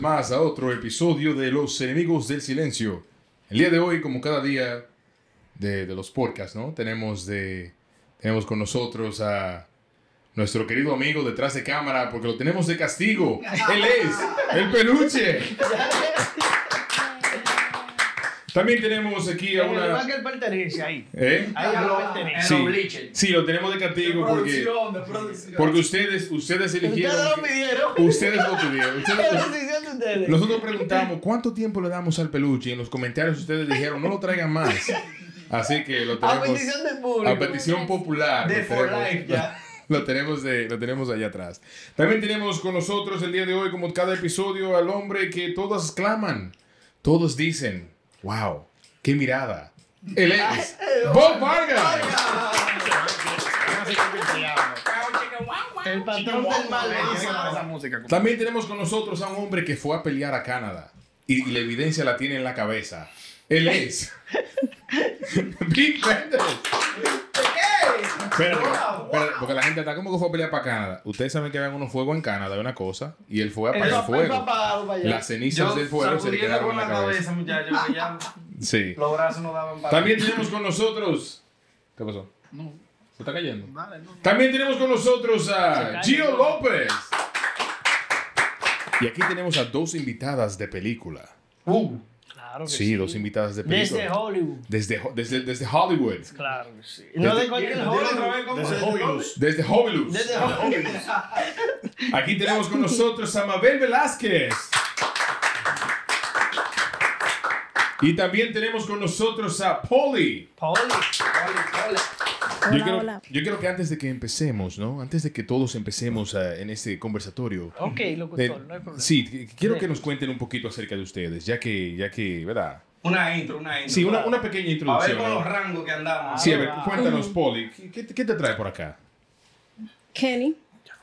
más a otro episodio de Los Enemigos del Silencio. El día de hoy, como cada día de, de los podcasts, ¿no? Tenemos, de, tenemos con nosotros a nuestro querido amigo detrás de cámara, porque lo tenemos de castigo. Él es el peluche. También tenemos aquí a Pero además una... que él pertenece ahí. ¿Eh? Ahí Ah, él no no. pertenece. Sí, Obliged. sí, lo tenemos de castigo porque, de producción. porque ustedes, ustedes eligieron... Ustedes lo que- pidieron. Ustedes lo pidieron. Es Ustedes lo- la decisión de ustedes. Nosotros preguntamos cuánto tiempo le damos al peluche y en los comentarios ustedes dijeron no lo traigan más. Así que lo A tenemos petición Ah, del público. a petición popular. De Lo For tenemos, Life, ya. lo tenemos de- lo tenemos allá atrás. También tenemos con nosotros el día de hoy, como cada episodio, al hombre que todos claman, todos dicen, wow, qué mirada. Él es Bob Vargas. El patrón del mal le dice la- También tenemos con nosotros a un hombre que fue a pelear a Canadá y, y la evidencia la tiene en la cabeza. Él es. Big Fenders. Espérate, espérate, porque la gente está como que fue a pelear para Canadá. Ustedes saben que había unos fuegos en Canadá, una cosa, y él fue a apagar Él el fue- fue fuego. apagado para allá. Las cenizas del fuego se le sacudiendo quedaron con en la la cabeza. cabeza, muchachos, que ya Sí. los brazos no daban para. También tenemos con nosotros. ¿Qué pasó? ¿Se está cayendo? También tenemos con nosotros a Se Gio cayó. López. Y aquí tenemos a dos invitadas de película. Uh, Claro que Sí, dos invitadas de Desde película. Hollywood. Desde, Ho- desde, desde Hollywood. Claro que sí. No de cualquier Dilo otra vez, Hollywood. ¿cómo? Desde Hobilus. Desde Hollywood. Aquí tenemos con nosotros a Mabel Velázquez. Y también tenemos con nosotros a Polly. Paoli. yo, quiero, hola. yo quiero que antes de que empecemos, ¿no? Antes de que todos empecemos eh, en este conversatorio, Ok, Eh, locutor, no hay problema. sí, qu- quiero Sí. que nos cuenten un poquito acerca de ustedes, ya que, ya que, ¿verdad? Una intro, una intro. Sí, una, una pequeña A ver introducción. con los ¿no? rangos que andamos. Sí, a Ah. ver, cuéntanos, Poli, ¿qué, qué- qué te trae por acá? Kenny.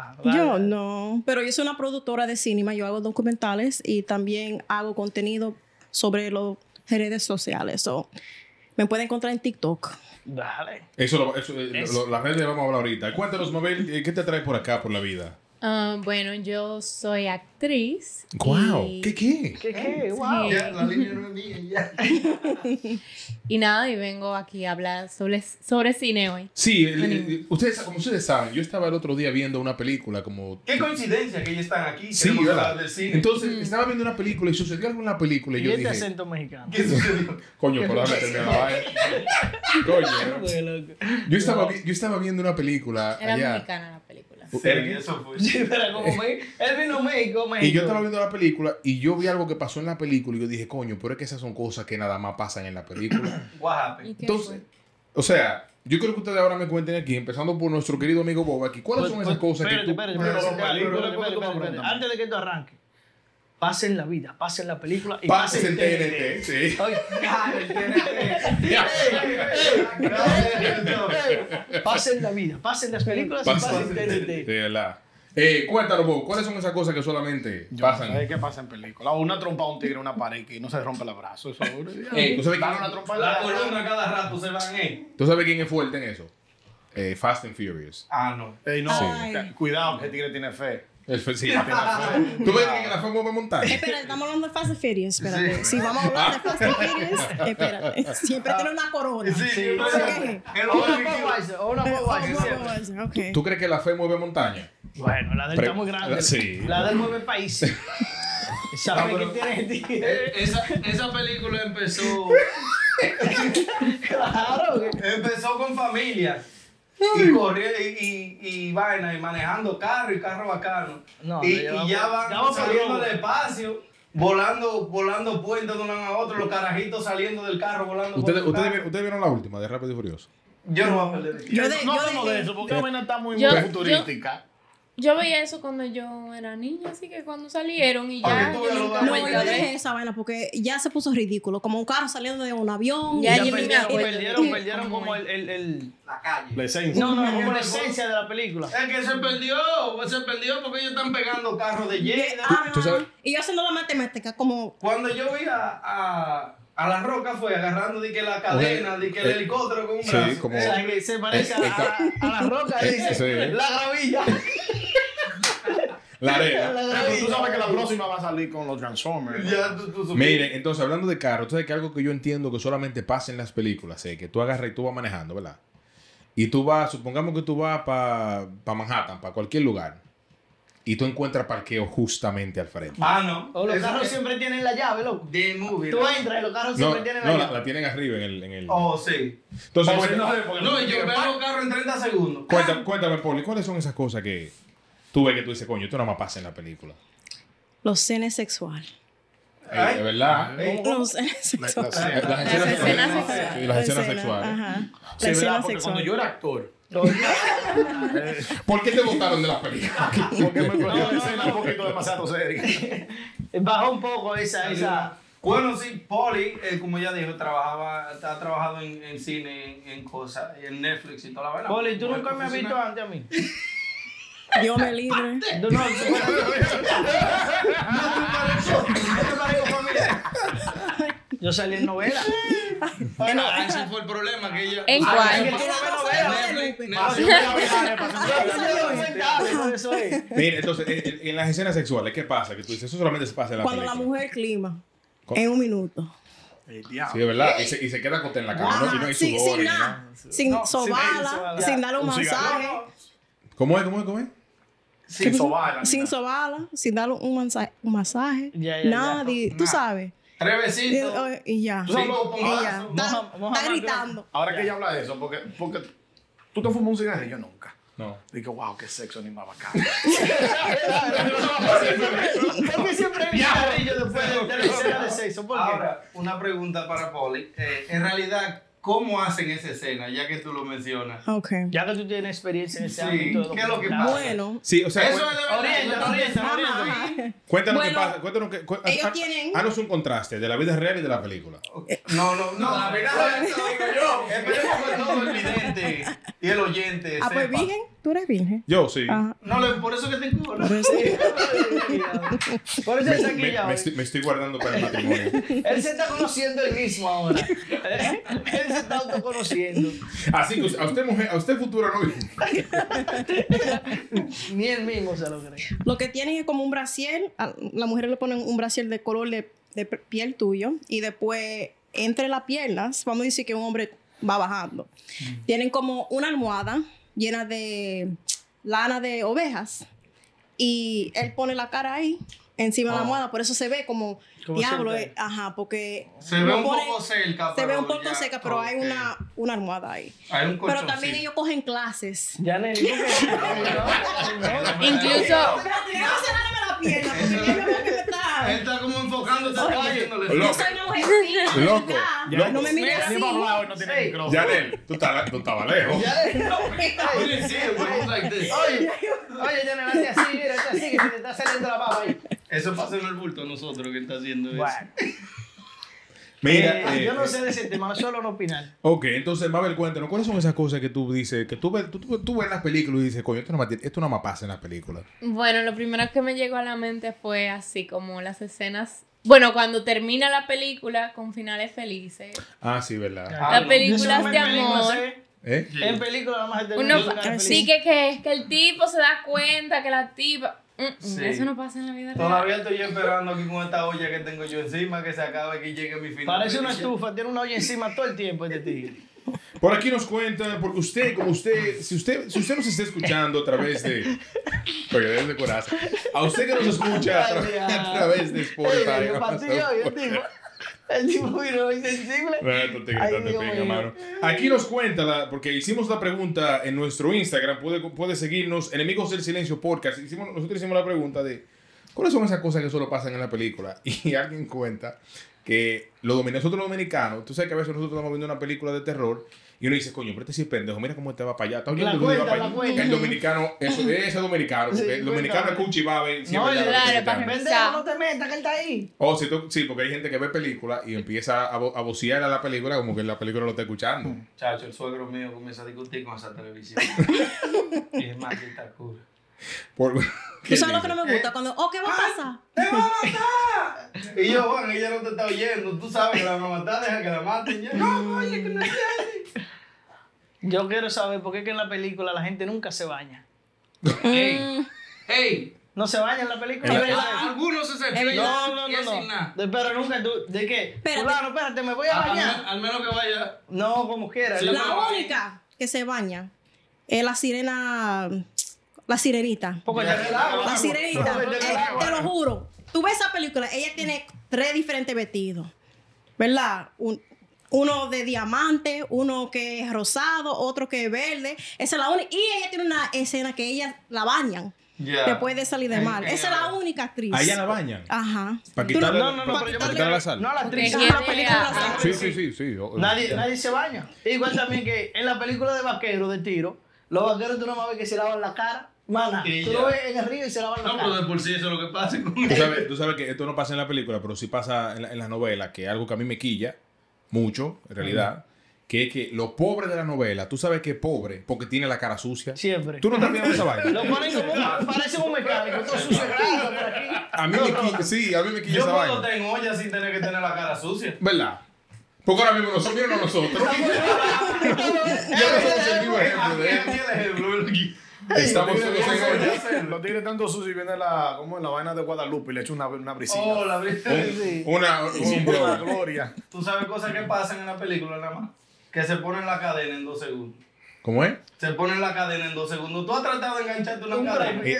Ah, Yo dale. no, pero yo soy una productora de cinema, yo hago documentales y también hago contenido sobre las redes sociales. So, me pueden encontrar en TikTok. Dale. Eso, lo- eso, eh, Es- lo- lo- las redes vamos a hablar ahorita. Cuéntanos, Mabel, eh, ¿qué te trae por acá, por la vida? Ah, bueno, yo soy actriz. ¡Guau! y- ¿Qué qué? ¿Qué, qué? Sí. Wow. Ya, la línea no es mía, ya. Y nada, y vengo aquí a hablar sobre, sobre cine hoy. Sí, el- el- ustedes, como ustedes saben, yo estaba el otro día viendo una película como... Qué coincidencia que ellos están aquí. Sí, Queremos ¿verdad? hablar del cine. Entonces, estaba viendo una película y sucedió algo en la película y Y yo este dije... acento mexicano. ¿Qué sucedió? Coño, pero déjame terminar la vaina. Coño. Qué loco. Yo estaba, vi- yo estaba viendo una película Era allá. mexicana la película. Sergio, eso fue. Sí, pero como me, él vino a México, México. Y yo estaba viendo la película y yo vi algo que pasó en la película y yo dije, coño, pero es que esas son cosas que nada más pasan en la película. What happened? ¿Y qué Entonces, o sea, yo creo que ustedes ahora me cuenten aquí, empezando por nuestro querido amigo Bob aquí, Pues, ¿cuáles son esas cosas que espérate, tú... espérate, Pero espérate, con espérate, película, espérate, ¿cómo tú me espérate, preguntas? espérate. Antes de que esto arranque, pasen la vida, pasen la película y Pases pasen en TNT, sí. Oye, pasen la vida, pasen las películas y Pasen pasen De TNT. verdad. Eh, cuéntanos, Bob, ¿cuáles son esas cosas que solamente Yo pasan? no sé qué pasa en película. O una trompa a un tigre en una pared que no se rompe el brazo. Eso Ey, ¿tú sabes Dale quién- una trompa al La brazo. columna cada rato se van, ¿eh? ¿Tú sabes quién es fuerte en eso? Eh, Fast and Furious. Ah, no. Ey, no. Sí. Ca- Cuidado, que el tigre tiene fe. El fe- sí, la tiene fe. ¿Tú ves que la fue muy montaje? Espera, estamos hablando de Fast and Furious, espérate. Sí. vamos a hablar de Fast and Furious, espérate. Siempre tiene una corona. sí, Ok. El O una hombre que- Budweiser, o una Eh, oh, Budweiser, siempre. bueno, ok. ¿Tú crees que la fe mueve montaña? Bueno, la del Pre- está muy grande. Sí. Ah, La del mueve país. ¿Sabes No, qué pero- tiene el tigre? Eh, Esa, esa película empezó Claro. que- empezó con familia y corriendo y, y, y vaina y manejando carro y carro bacano No, no, ya y, y vamos- ya van ya vamos por saliendo robo. del espacio volando volando puentes de un lado a otro los carajitos saliendo del carro volando por ¿Ustedes, su ustedes, carro. vieron, ustedes vieron la última de Rápido y Furioso? yo no voy a perder el tiempo. Yo de- no yo hablemos de- de eso, porque la vaina está muy Yo- futurística. Yo veía eso cuando yo era niña, así que cuando salieron y Ah, ya. que tú yo veas nunca los No, yo me documentales. enteré. dejé esa vaina porque ya se puso ridículo. Como un carro saliendo de un avión. Ya Y- yo eh, ni me perdieron, acuerdo. perdieron, perdieron como el, el, el- La calle. La esencia. No, no, como la esencia de la película. Es que se perdió, se perdió porque ellos están pegando carros de Lleida. Ajá. tú sabes- Y yo haciendo la matemática como... Cuando yo vi a, a, a la roca fue agarrando de que la cadena, de que el eh, helicóptero con un sí, brazo. como- O sea, que se parece a, Eh, está- a- a la roca, Eh, dice, sí. la gravilla. La arena. La Pero tú gravilla. sabes que la próxima va a salir con los Transformers. Ya tú, tú supiste. Miren, entonces hablando de carro, tú sabes que algo que yo entiendo que solamente pasa en las películas, eh, que tú agarras y tú vas manejando, ¿verdad? Y tú vas, supongamos que tú vas para Manhattan, para cualquier lugar, y tú encuentras parqueo justamente al frente. Ah, no. O los Eso carros es siempre tienen la llave, loco. De movie. Tú ¿no? entras y los carros No, siempre tienen no, la la, llave. la tienen arriba en el... en el- Oh, sí. Entonces, Porque cuéntame, no sé, porque No, no y yo tiene veo los carros en 30 segundos. cuéntame, cuéntame, Poli, ¿cuáles son esas cosas que tú ves que tú dices, coño, esto no más pasa en la película? Los cenes sexuales. Eh, de verdad. Ay. Los cenes La- sexuales. la- Eh, Las Las escenas escenas sexuales. sí, las escenas La escena, sexuales. Ajá. Sí, La ¿verdad? escena Porque cuando yo sexual. era actor, ¿Por qué te botaron de la película? porque me No, no, cogió no. la escena un poquito demasiado seria. Bajó un poco esa, esa. Bueno, sí, Polly, eh, como ya dijo, trabajaba, ha trabajado en, en cine, en, en cosas, en Netflix y toda la vaina. Poli, tú Muy nunca me has visto profesional. antes a mí. Yo me libre. Tú no, tú- Yo te parezco familiar. yo salí en novela. Ah, ese fue el problema que ella. ¿En Ah, cuál? que tú no ves novelas, Netflix, Pasé Netflix. un cabezaje, pasé un cabezaje. Por eso es. Mira, entonces, en, en- en las escenas sexuales, ¿qué pasa? Que tú dices, eso solamente se pasa en la Cuando la película. mujer clima. ¿Cómo? En un minuto. El diablo. Sí, es verdad. Y se, y se queda acostada en la cama, ¿no? Y no hay sin, sudor. sin y nada. nada. Sin No, sin- sobarla, sin- sin darle un un cigarro. masaje. No, ¿Cómo es? ¿Cómo es? ¿Cómo es? Sin sobarla. Sin sobarla, sin darle un masaje, un masaje Ya, ya, ya. nada, di- tú Nada. sabes. Tres Y, besitos. eh, y ya. Tú sabes lo- Y ya. Moja- Está, moja está más gritando. Ahora que ella habla de eso, porque, porque tú te fumas un cigarrillo yo nunca. No. Digo, wow, qué sexo ni más bacano. Es que siempre hay un carrillo después de de la escena de sexo. ¿Por qué? Ahora, una pregunta para Poli. Eh, en realidad, ¿cómo hacen esa escena? Ya que tú lo mencionas. Ok. Ya que tú tienes experiencia en ese Sí, ámbito. ¿qué es lo que documental. pasa? Bueno. Sí, o sea, Eso cuen- es de verdad. Orienta, yo orienta, también- orienta. Sí. Ajá. cuéntanos qué Bueno, pasa. Cuéntanos qué, cu- ellos ha- tienen- Haznos un contraste de la vida real y de la película. No, no, no. La verdad es digo yo. Esperemos que todo el vidente y el oyente Ah, pues sepa. virgen, tú eres virgen. Yo, sí. Ajá. No, le- por eso que te encuentro. Por eso- Por Me, eso él está me- aquí ya me hoy. estoy, me estoy guardando para el matrimonio. Él se está conociendo él mismo ahora. ¿Eh? Él se está autoconociendo. Así que a usted, mujer, a usted futuro novio. Ni él mismo se lo cree. Lo que tienen es como un brasier. a La mujer le ponen un brasier de color de, de piel tuyo. Y después, entre las piernas, vamos a decir que un hombre va bajando. Tienen como una almohada llena de lana de ovejas. Y él pone la cara ahí, encima de la almohada. Por eso se ve como, Como diablo. siempre. eh, Ajá, porque. Se ve lo un ponen- poco cerca. Se ve pero un poco ya- seca, pero hay ok. una, una almohada ahí. Hay un Pero también colchoncito. ellos cogen clases. Ya Nelly, ¿qué? Incluso, Espérate, yo no sé darme la pierna, Eso- porque yo veo que me está. Él está como enfocando, este está diciéndole. Loco. Yo soy una mujercita. Loco, ya. loco. No me mires pues, Ni así. para hablar hoy no tiene Sí. micrófono. Yanel, tú, estabas- tú estabas lejos. Miren, sí, it goes like this. Oye, oye, ya Nelly, hazte así, mira, hazte así, que se te está saliendo la papa ahí. Eso pasa en el bulto a nosotros que está haciendo eso. Bueno, Mira, eh, yo eh, no sé de ese tema, solo no opinar. Ok, entonces, Mabel, cuéntanos, ¿cuáles son esas cosas que tú dices, que tú ves, tú, tú- tú ves en las películas y dices, coño, esto no, más- esto no más pasa en las películas? bueno, lo primero que me llegó a la mente fue así como las escenas. Bueno, cuando termina la película con finales felices. Ah, sí, ¿verdad? Las películas Eso no de es en películas, amor. ¿eh? ¿Eh? Em- En películas nada más se termina Uno, con una sí, feliz. que, que es que el tipo se da cuenta que la tipa. Mm, mm, Sí. Eso no pasa en la vida real. Todavía estoy yo esperando aquí con esta olla que tengo yo encima que se acabe que llegue mi final. Parece una estufa, tiene una olla encima todo el tiempo este tigre. Por aquí nos cuentan, porque usted, como usted, si usted, si usted nos está escuchando a través de. Porque desde corazón. A usted que nos escucha a, tra- a través de Spotify. Oye, yo partí hoy, el tipo. El tipo vino insensible. No, esto te- Ay, esto te Dios pega, mío. mano. Aquí nos cuenta, la- porque hicimos la pregunta en nuestro Instagram, puede, puede seguirnos, Enemigos del Silencio Podcast. Hicimos, nosotros hicimos la pregunta de ¿Cuáles son esas cosas que solo pasan en la película? Y alguien cuenta que lo domin- nosotros los dominicanos, tú sabes que a veces nosotros estamos viendo una película de terror y uno dice, coño, pero este sí es pendejo, mira cómo este va para allá. Está oyendo La el video, cuenta, va para la allá. cuenta. El dominicano, eso, ese es dominicano, porque Sí, el dominicano es cuenta. cuchibabe. No, siempre claro, está para dominicano. Pendejo, no te metas, que él está ahí. O si tú- sí, porque hay gente que ve películas y empieza a, bo- a vocear a la película como que la película lo está escuchando. Chacho, el suegro mío comienza a discutir con esa televisión. y es maldita cura. Por- Tú sabes lo que no me gusta cuando, oh, ¿qué va a pasar? ¡Te va a matar! Y yo, bueno, ella no te está oyendo. Tú sabes que la van a matar, deja que la maten. Yo, no, oye, que no sea así. Yo quiero saber por qué es que en la película la gente nunca se baña. ¡Ey! ¡Ey! No se baña en la película. Es ¿verdad? Algunos se Es separan. verdad. No, no, no, no. De- Pero nunca tú, ¿de qué? Espérate. Fulano, espérate, me voy a Al, bañar. al menos que vaya. No, como quiera. Ah, Sí. La- La única que se baña es la sirena, la sirenita. Porque Ya. te relajo. La sirenita. Porque te Eh, relajo. te lo juro. Tú ves esa película, ella tiene tres diferentes vestidos. ¿Verdad? Un- uno de diamante, uno que es rosado, otro que es verde. Esa es la única. Y ella tiene una escena que ella la bañan Ya. después de salir de mar. Esa es la única actriz. Allá la bañan. Ajá. Para Tú no- quitarle, No, no, no, para Ah, pero yo quitarle me refiero- la sal. No, la actriz. Que Ah, la lleve película a- la- sí, sí, sí, sí. o- o- Nadie, nadie se baña. Igual también que en la película de vaqueros de tiro, los vaqueros tú nomás ves que se lavan la cara. Mana, Y tú ya. lo ves en el río y se lavan la No, pero cara. de por sí eso es lo que pasa con Tú sabes, tú sabes que esto no pasa en la película, pero sí pasa en la, en la novela, que es algo que a mí me quilla mucho, en realidad, que es que los pobres de la novela, tú sabes que es pobre porque tiene la cara sucia. Siempre. Tú no estás viendo esa Lo vaina. ponen como un, parecen un mecánico, todo sucio grasa por aquí. A mí me quilla, sí, a mí me quilla Yo esa puedo vaina. tener olla sin tener que tener la cara sucia. ¿Verdad? Porque ahora mismo nosotros, miren a nosotros. Yo no soy el mismo ejemplo ¿eh? Aquí, de él. aquí el ejemplo. aquí. Estamos solos en el- Lo tiene tanto sucio y viene la, como en la vaina de Guadalupe y le echa una, una brisita. Oh, la ¿Eh? viste. Sí. Una, un Una blog. gloria. Tú sabes cosas que pasan en la película nada más. Que se ponen la cadena en dos segundos. ¿Cómo es? Se ponen la cadena en dos segundos. Tú has tratado de engancharte una Un cadena. brazo.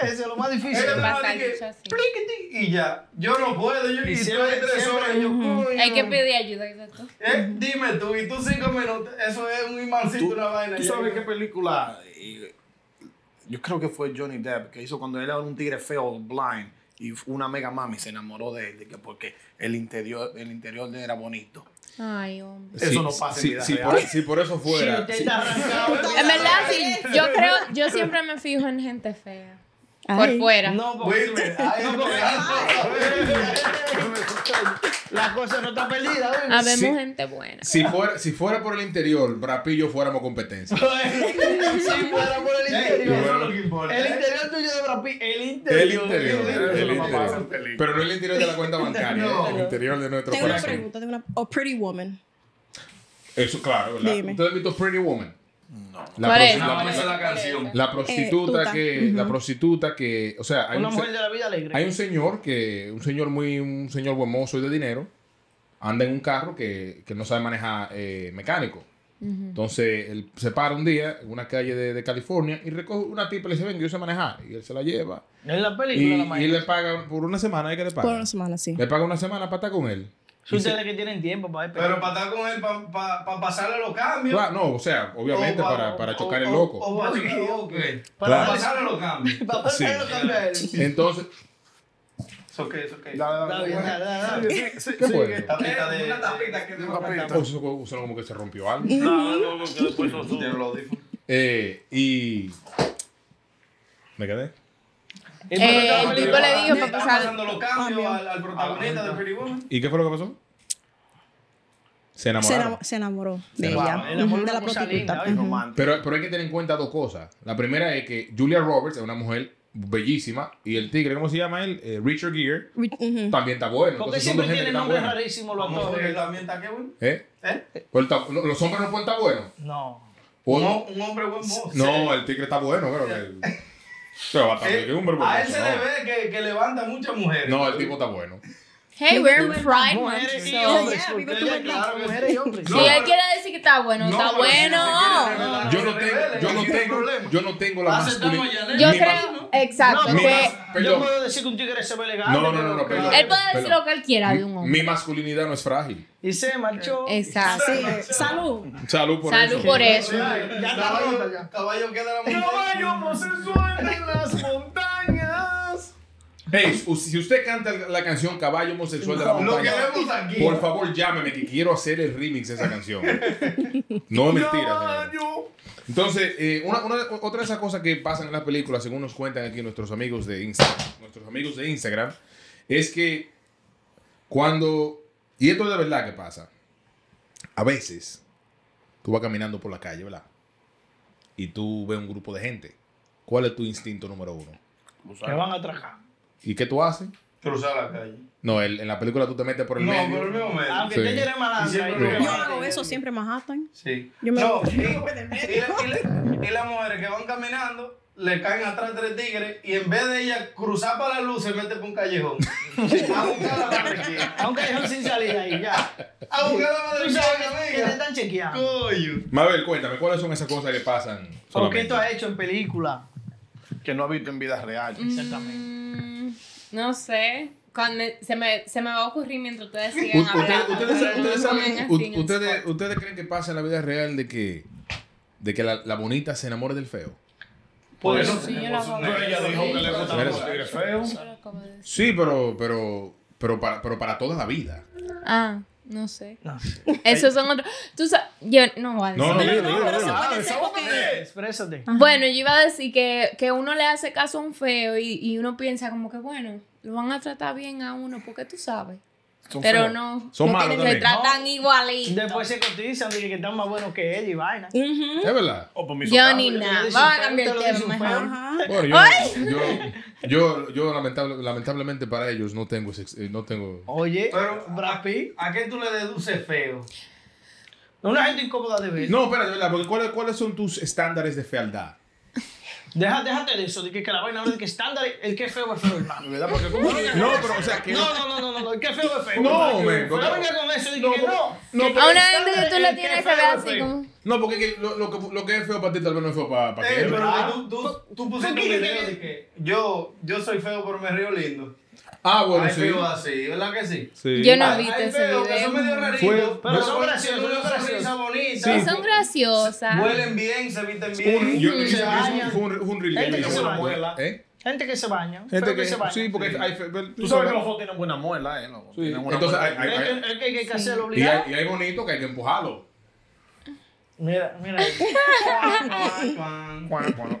Eso es lo más difícil. Ella te va a Pasa decir que, mucho así. "Pliquiti", Y ya. Yo no puedo. Yo Y y siempre- estoy tres siempre- horas. y yo, "Coño". Hay que pedir ayuda, exacto. Eh, Dime tú. Y tú cinco minutos. Eso es un imancito, una vaina. ¿Tú Ya. sabes qué película? eh, Yo creo que fue Johnny Depp que hizo cuando él era un tigre feo, blind, y una mega mami se enamoró de él de que porque el interior, el interior de él era bonito. Ay, hombre. Eso no pasa en sí, vida sí, real. por, si por eso fuera. Sí, te arrancaba. En verdad, sí. Yo creo, yo siempre me fijo en gente fea. Por Ay. fuera. No, porque, Wait a minute, ay, no, porque- la cosa no está perdida. ¿eh? ¿ves? Habemos Sí. gente buena. Si fuera, si fuera por el interior, Brapillo fuéramos competencia. Si fuera por el Ey, interior. eso es lo que importa. El interior tuyo de Brad Pitt, el El interior. interior. Eso El no pasa interior. en película. Pero no el interior de la cuenta bancaria, No. ¿eh? el interior de nuestro Tengo una corazón. pregunta, tengo una. O Pretty Woman. Eso, claro, ¿verdad? Dime. Ah, ¿Ustedes han visto Pretty Woman? No. La, ¿Cuál prosti- es? No, esa la- es la canción. la prostituta Eh, tuta. que. La prostituta que. O sea, hay Una un, se- mujer de la vida alegre. hay un señor que. Un señor muy. Un señor buen mozo y de dinero. Anda en un carro que, que no sabe manejar eh, mecánico. Entonces él se para un día en una calle de, de California y recoge una tipa y le dice: Ven, yo sé manejar. Y él se la lleva. En la Y, película, la y mayor. él le paga por una semana. ¿eh? ¿Qué le paga? Por una semana, sí. Le paga una semana para estar con él. Son ustedes que tienen tiempo para ver Pero para estar con él, para pasarle los cambios. Claro, no, o sea, obviamente O para, pa- para o- chocar o- el loco. O para chocar el loco. Para Claro. pasarle los cambios. Para pasar Sí. los Eh, cambios. Entonces, Eso que, eso que. Dale, Está dale, bien, dale. dale, dale. Sí, sí, ¿qué sí, fue que- eso? Tapita de. Una tapita que Oh, eso fue- eso como que se rompió algo. No, no, no, que después lo subo. Eh, y. ¿Me quedé? El Eh, protagonista- el tipo le dijo para Están pasar. pasando los cambios al, al protagonista de Pretty Woman. ¿Y qué fue lo que pasó? Se Se, enamoraron. enamo- se enamoró de enamoraron. ella, El amor ujú, de la no sale, prostituta. ¿sabes? ujú. Romántico. Pero, pero hay que tener en cuenta dos cosas. La primera es que Julia Roberts es una mujer bellísima y el tigre, ¿cómo se llama él? Eh, Richard Gere, Re- ujú. también está bueno. Porque Entonces son dos gente que siempre tienen están nombres buenas. rarísimos los Vamos a ver, actores. también está que bueno. ¿Eh? ¿Eh? Pero el ta- lo- ¿Los hombres no pueden estar buenos? No. ¿O Un, no? un hombre buen mozo. No, el tigre está bueno, pero que. Pero va a estar bien, que Eh, un hombre a él borracho, se le ve que, que levanta muchas mujeres. no. no, el tipo está bueno. Hey, we're in Pride Month. Mujeres y so- hombres. Yeah, porque vive tu ella, verdad. claro que Mujeres y hombres. Si él quiere decir que está bueno, está pero si se quiere bueno. revelar, Yo no se tengo, revele, yo no ese es el tengo, problema. yo no tengo la Aceptamos masculinidad. a Yanel. Yo Mi creo, exacto, No, Mi que mas- Yo perdón. puedo decir que un tigre se ve legal. No, no, no, no, pero- perdón. él puede decir Pero- lo que él quiera de un hombre. Mi masculinidad no es frágil. Y se marchó. Exacto. Sí, eh, salud. Salud por Salud eso. por eso. Ya está rota, caballo, ya. caballo queda la mujer. Caballo homosexual en las montañas. Hey, u- si usted canta la canción Caballo Homosexual de la Lo Montaña, queremos aquí. por favor llámeme que quiero hacer el remix de esa canción. No es mentira. señores. Caballo. Entonces, eh, una- una- otra de esas cosas que pasan en las películas, según nos cuentan aquí nuestros amigos de Instagram, nuestros amigos de Instagram, es que cuando, y esto es de verdad que pasa, a veces tú vas caminando por la calle, ¿verdad? Y tú ves un grupo de gente. ¿Cuál es tu instinto número uno? Me van a atracar. ¿Y qué tú haces? Cruzar la calle. No, el- en la película tú te metes por el no, medio. por el mismo Ah. medio. Aunque Sí. te llene malandra. Sí. y no Yo mate, hago eso siempre ¿eh? en Manhattan. Sí. Yo me- no, y, y la- y la- y las mujeres que van caminando le caen atrás tres tigres y en vez de ella cruzar para la luz se mete por un callejón. A buscar la madre Aunque dejaron sin salir ahí, ya. A buscar la madre Tú sabes que, que te amiga. están chequeando. Coño. Mabel, cuéntame, ¿cuáles son esas cosas que pasan? ¿O qué solamente? tú has hecho en película? Que no ha visto en vida real. Mm, no sé. Cuando me- se, me, se me va a ocurrir mientras ustedes U- sigan Ustedes, hablando. ustedes, pero ustedes no saben- pongan u- así en el ustedes, spot. ustedes creen que pasa en la vida real de que, de que la, la bonita se enamore del feo. Por Pues, Sí, eso yo tenemos la un- hago. ella dijo que le gustan los tigres feos. Solo acabo de decir. Sí, pero, pero, pero, para, pero para toda la vida. Ah, no sé. No. Esos son otros. Tú sabes. Yo no voy a decir. No, no, Pero dilo, no, dilo, pero dilo. se puede hacer porque- Exprésate. Bueno, yo iba a decir que, que uno le hace caso a un feo y, y uno piensa como que, bueno, lo van a tratar bien a uno porque tú sabes. Son Pero feos. no. Son no malos tienen- también. Se tratan igualito. Después se cotizan, dije que están más buenos que él y vaina. Ujú. ¿Es verdad? O por mi Yo socavo, ni yo- nada. Te lo Vamos a dicen cambiar feo, el te lo tema dicen mejor. Ajá. Bueno, yo, yo, yo, yo lamentable- lamentablemente para ellos no tengo, ese ex- eh, no tengo. Oye, Pero, Brad Pitt, ¿a qué tú le deduces feo? una gente incómoda de ver. No, espérate, ¿verdad? Porque ¿cuáles, ¿cuáles son tus estándares de fealdad? Deja, déjate de eso, de que, que la vaina ahora de que estándar, el que es feo es feo, hermano. ¿Verdad? Porque como- No, pero o sea que. No, no, no, no, no, no, el que es feo es feo. No, hermano. men, porque- No venga con eso, de No, que porque- no. no, que A el una gente que estándar tú es le el tienes es que ver feo, es así feo. como. No, porque que lo, lo que, lo que es feo para ti tal vez no es feo para, para Eh, él. pero Ah. ¿verdad? tú, Pues, tú, tú pusiste ¿Tú un qué video crees? de que yo, yo soy feo pero me río lindo. Ah, bueno, Hay sí. feo así, ¿verdad que sí? Sí. Yo no Hay- he visto hay ese feos que video. son medio Fue- raritos, pero pero son son graciosos, graciosos, son son sonrisas graciosos. Sí, bonitas. son graciosas. Huelen bien, se visten Un, bien. yo, Mm. hice- hice un- fue un, fue un reel que Gente yo que hice. se baña. ¿Eh? Gente que se baña. Gente feo que- se baña. sí, porque Sí. hay, fe- Tú sabes que los feos tienen buena muela, ¿eh? loco. Sí. Tienen una Entonces, muela. hay- Es que, es que hay que hacerlo Y obligado. hay, y hay bonito que hay que empujarlo. Mira, mira. Cuan, cuan. Cuac, cuac, cuac.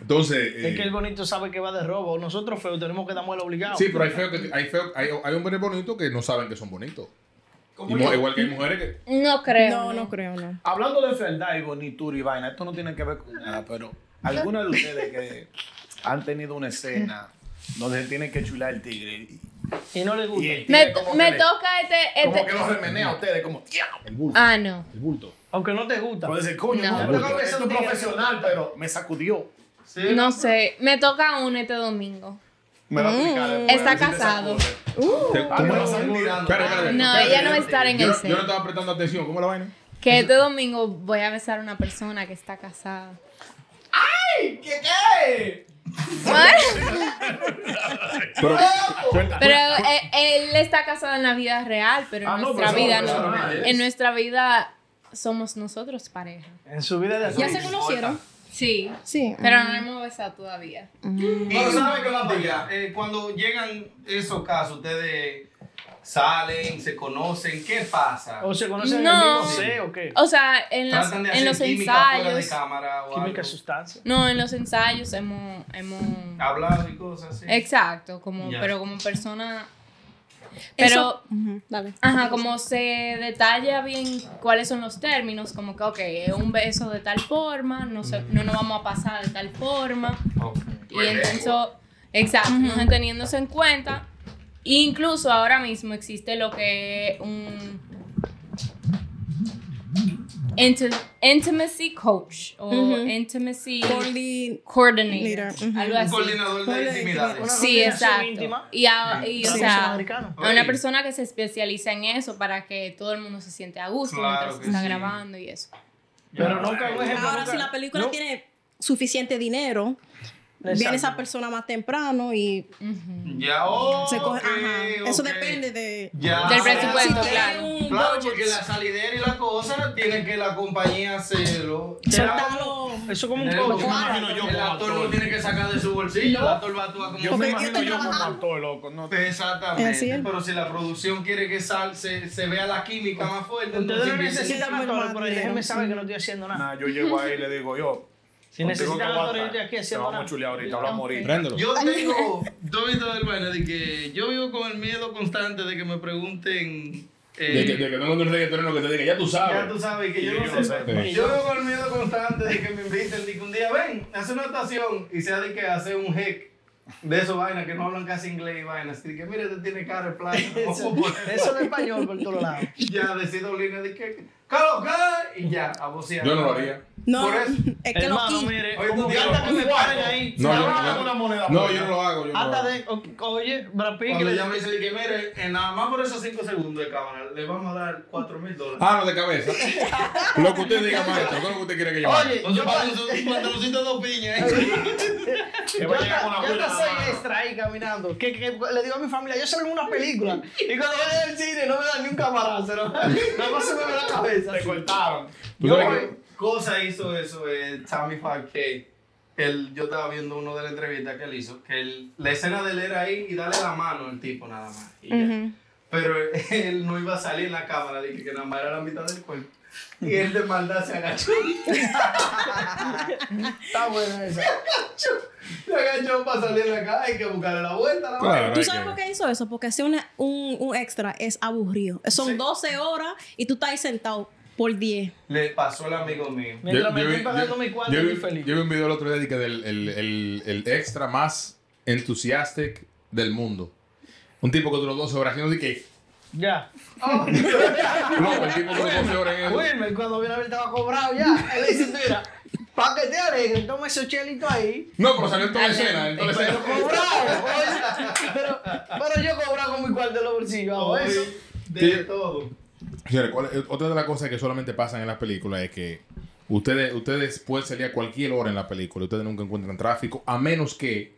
Entonces. eh, Es que el bonito sabe que va de robo. Nosotros feos tenemos que dar muela obligado. Sí, pero hay feo que hay feo, hay, hay hombres bonitos que no saben que son bonitos. Y Como mu- yo. igual que hay mujeres que. No creo. No, no creo, no. Hablando de fealdad y bonitura y vaina, esto no tiene que ver con nada, pero alguna de ustedes que han tenido una escena donde tiene que chular el tigre y- Y no le gusta. y el Me, tigre como me que le- toca este. como este- que los remenea a ustedes, como, "Ya". El bulto. Ah, no. El bulto. Aunque no te gusta. Puede ser, coño, No. no, pero creo que esto es profesional, pero me sacudió. Sí, No sé. Me toca uno este domingo. Me va a Mm. aplicar después, está a ver si te casado. sacude. Te- Ah, ¿cómo me la- lo están mirando. Espera, espera, No, espera, ella no va espera. a estar en Yo no- ese. Yo no estaba prestando atención. ¿Cómo la vaina? Que este domingo voy a besar a una persona que está casada. ¡Ay! ¿Qué qué? Pero, Pero eh, él está casado en la vida real, pero en Ah, no, nuestra pero vida eso no, no. eso no es. En nuestra vida somos nosotros pareja. En su vida de ¿Ya azúcar. se conocieron? Mm. Sí. Sí. Pero no hemos besado todavía. Pero sabe que va para allá. Eh, cuando llegan esos casos, ustedes salen, se conocen, ¿qué pasa? ¿O se conocen en el No. mismo C o qué? O sea, en, las- Tratan de hacer en los química fuera de ensayos. cámara o Química algo. sustancia. No, en los ensayos hemos. hemos Hablado y cosas así. exacto, como, Ya. pero como persona. Eso- Pero, Ujú, Dale. ajá, como se detalla bien cuáles son los términos, como que, ok, es un beso de tal forma, no, se- no nos vamos a pasar de tal forma. Ok. Y entonces, exacto, entonces teniéndose en cuenta, incluso ahora mismo existe lo que es un inti- intimacy coach o Ujú. intimacy Coordi- coordinator, Leader, ujú. algo Un así. coordinador de Hola, intimidades. Una Sí, coordinación exacto. íntima. Y, a- y, o Sí. sea, Americano. a una Ok. persona que se especializa en eso para que todo el mundo se siente a gusto Claro mientras que está sí. grabando y eso. Pero nunca un ejemplo. Ahora, nunca- si la película no. tiene suficiente dinero, Exacto. viene esa persona más temprano y Ujú. Ya, oh, se coge. ok, ajá. Eso ok. depende de. Ya. Del si presupuesto, tiene claro. un Claro, budget. porque la salidera y la cosa tiene que la compañía hacerlo. Soltalo. Eso como un El- coach. me imagino yo el como actor actor. lo tiene que sacar de su bolsillo, el actor va a actuar como Yo me Porque yo imagino estoy yo como trabajando. actor, loco. No te... Exactamente. Así es. Pero si la producción quiere que sal, se, se vea la química más fuerte, Ustedes no empieza- necesitan Sí, actores, sí, pero sí. déjenme saber que no estoy haciendo nada. Nah, yo llego ahí y le digo yo. Si contigo necesitan que actores, aguanta, yo estoy aquí haciendo Te vamos a nada. chulear ahorita, hablamos Ok. ahorita. Préndelo. Yo tengo dos videos del vaina de que yo vivo con el miedo constante de que me pregunten. eh, De que, de que no encuentro un reggaetonero que te diga, ya tú sabes. Ya tú sabes que Y yo, yo no no sé. sé. Yo vivo con el miedo constante de que me inviten, de que un día ven, hace una actuación y sea de que hace un heck de esos vainas que no hablan casi inglés y vainas. Así que mira, te tiene cara de plátano. Eso, eso es español por todos lados. ya decido Lina de que ¡Calo, calo", y ya, a vocear. Yo no lo haría. No, Por eso. es que lo Hermano, quito. mire, Oye, como tú que diablo, hasta que me ¿cuál? paren ahí. No, yo, Ahora yo- una moneda no, buena. yo no lo hago. Yo no lo Hasta hago. de, o- oye, Brad Pitt, que Cuando le- ella me dice de que mire, eh, nada más por esos 5 segundos de cámara, le vamos a dar 4 mil dólares. Ah, no, de cabeza. lo que usted diga, maestro. ¿Cómo que usted quiere que yo haga? Oye, Entonces, yo para un pantaloncito de dos piñas. ¿eh? Te Yo va a llegar con hasta, yo la buena hasta en la soy mano. extra ahí caminando. Que, que le digo a mi familia, yo soy en una película. Y cuando voy al cine no me dan ni un camarazo. ¿no? Nada más se me ve la cabeza. Te cortaron. ¿Tú Yo, sabes que- cosa hizo eso, eh, Tommy 5K. Él, yo estaba viendo uno de las entrevistas que él hizo, que él- la escena de él era ahí y darle la mano al tipo nada más. y ya. Ujú. Pero él no iba a salir en la cámara, dije que nada más era la mitad del cuerpo. Y él de maldad se agachó. Está buena esa. Se agachó para salir en la cámara, hay que buscarle la vuelta. La Claro. vaina. ¿Tú hay sabes que- por qué hizo eso? Porque hacer una- un, un extra es aburrido. Son 12 horas y tú estás ahí sentado por 10. Le pasó al amigo mío. Mientras me vi- estoy pagando mi cuarto, yo vi- estoy feliz. yo vi un video el otro día de que del el, el- el extra más entusiasta del mundo. Un tipo que duró 12 horas haciendo de que. Ya. No, el tipo duró 12 horas en eso. Wilmer, cuando viene a ver, estaba cobrado ya. Él le dice, mira, pa' que te alegres, toma ese chelito ahí. No, pero salió en toda la escena. En toda la Pero escena. cobrado. oye. Pero, pero yo cobrado con mi cuarto de los bolsillos. Hago eso. Hoy, De todo. Señores, ¿cuál es- otra de las cosas que solamente pasan en las películas es que ustedes, ustedes pueden salir a cualquier hora en la película, ustedes nunca encuentran tráfico, a menos que,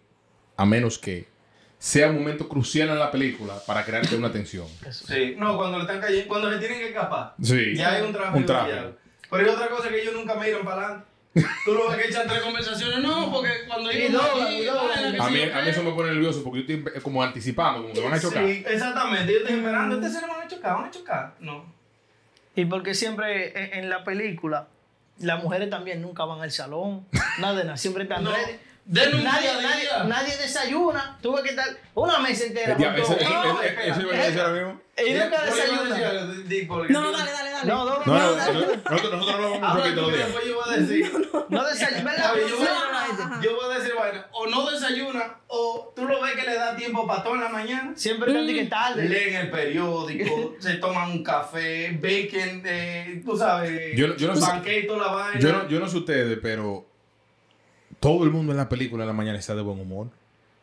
a menos que sea un momento crucial en la película para crearte una tensión. Sí. No, cuando le están cayendo, cuando le tienen que escapar. Sí. Ya hay un tráfico. Un tráfico. ya. Pero hay otra cosa que ellos nunca miran para adelante. Tú lo ves que echan tres conversaciones, no, porque cuando Y ellos doblan, y doblan. A mí, a mí eso me pone nervioso porque yo estoy como anticipando, como que van a chocar. Sí, exactamente. Yo estoy esperando, este se lo van a chocar, van a chocar. No. Y porque siempre en, en la película, las mujeres también nunca van al salón, nada de nada, siempre están No. ready. Den un Nadie, día de nadie, día. nadie desayuna, tuve que estar una mesa entera. Ya, con eso, todo. eso- No, eso- espera. eso iba a decir ahora mismo. y nunca Yo le iba a decir desayuna. algo, di- porque- No, no, dale, dale, dale. No, no, No, no, no, no, no, nosotros, nosotros hablamos un Habla poquito tú, los que días. después yo voy a decir. desayuna. A ver, yo voy No, a- no, ajá. Yo voy a decir, vaina, o no desayuna, o tú lo ves que le da tiempo para todo en la mañana. Siempre están de que tarde. Leen el periódico, se toman un café, bacon, eh, tú sabes, Yo no- yo no sé- pancake, toda la vaina. Yo no, yo no sé ustedes, pero todo el mundo en la película en la mañana está de buen humor.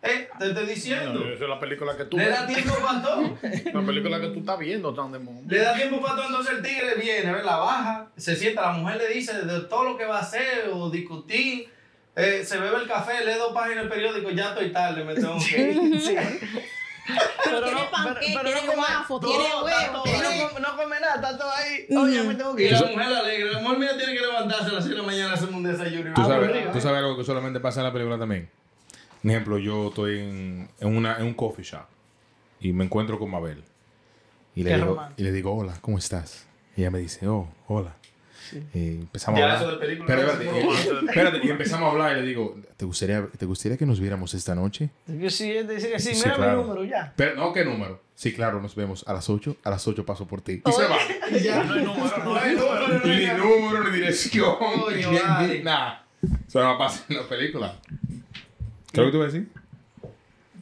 Eh, te estoy diciendo. Esa es la película que tú Le da tiempo para todo. La película que tú estás viendo, Town de Moon. Le da tiempo para todo. Entonces el tigre viene, ¿ves? la baja, se sienta, la mujer le dice de todo lo que va a hacer o discutir. eh, se bebe el café, lee dos páginas del periódico, ya estoy tarde, me tengo que ir. Sí. Pero tiene pancake, tiene waffle, tiene no, está todo huevo, tiene- ahí. No come- no come nada, está todo ahí. Oye, me tengo que Y ir. la mujer alegre, la mujer mía tiene que levantarse a las 6 de la mañana, hacerme un desayuno. y ¿Tú me sabes, aburrido. tú sabes algo que solamente pasa en la película también. Un ejemplo, yo estoy en, en una, en un coffee shop y me encuentro con Mabel. Y le, Qué digo, romántico. y le digo, hola, ¿cómo estás? Y ella me dice, oh, hola. Y empezamos Ya, a eso hablar. de película. Pero no es espérate, un y- espérate, y empezamos a hablar y le digo, ¿te gustaría, ¿te gustaría que nos viéramos esta noche? Yo sí, él dice que sí, Sí, mira claro. mi número ya. Pero, no, ¿qué número? Sí, claro, nos vemos a las 8. A las 8 paso por ti. Y se va. No hay número, no hay número. romance. Ni número, ni dirección, Coño, ni- ni- vale. nada. Eso no pasa en la película. ¿Qué es lo que tú vas a decir?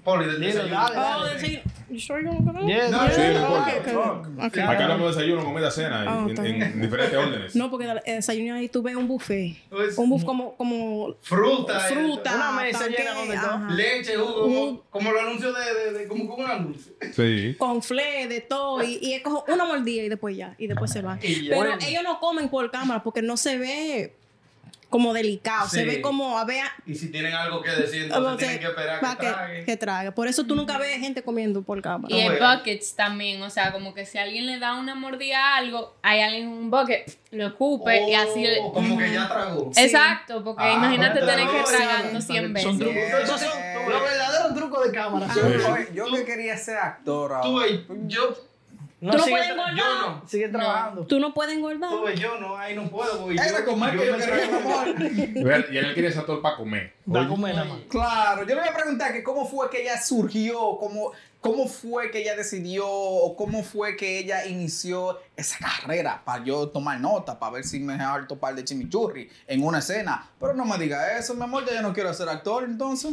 Poli, del Dilo, desayuno. dale, Oh, dale. sí. You sure you wanna go? Yes, No, yes. Sí, no Ah, importa. ok, ok. Sí. Acá hablamos de desayuno, comida, cena, Ah, en- está en, bien. en diferentes órdenes. No, porque desayuno ahí tuve un buffet. Pues, Un buffet como, como Fruta. eh, fruta. Una mesa pancake, llena con de todo. ajá. Leche, jugo, como, como los anuncios de, de, de- como, como un anuncio. Sí. con fle de todo y, y cojo una mordida y después ya y después se va Y ya. pero Bueno. ellos no comen por cámara porque no se ve como delicado. Se Sí. ve como, a ver, a- Y si tienen algo que decir, a- entonces o sea, tienen que esperar para que trague. que trague. Por eso tú nunca ves gente comiendo por cámara. Y hay Bueno. buckets también, o sea, como que si alguien le da una mordida a algo, hay alguien en un bucket, lo ocupe Pues, y así... le- Oh, Como que ya tragó. Sí. Exacto, porque Ah, imagínate pero tener que no, tragando sí. 100 Son veces. trucos. Esos son los verdaderos trucos de cámara. Sí. Oye, yo que quería ser actor Tú, ahora. ey, yo. Tú no sigue puedes tra- engordar. Yo no. Sigue trabajando. Tú no puedes engordar. Tú, ey, yo no. Ahí no puedo. porque Era yo- con más yo que yo me quería, trago- mamá. Ver, Y él quería ese actor para comer. Da comer nada más. Claro, yo le voy a preguntar que cómo fue que ella surgió, cómo, cómo fue que ella decidió, o cómo fue que ella inició esa carrera para yo tomar nota, para ver si me harto un par de chimichurri en una escena. Pero no me diga eso, mi amor, ya yo no quiero ser actor, entonces.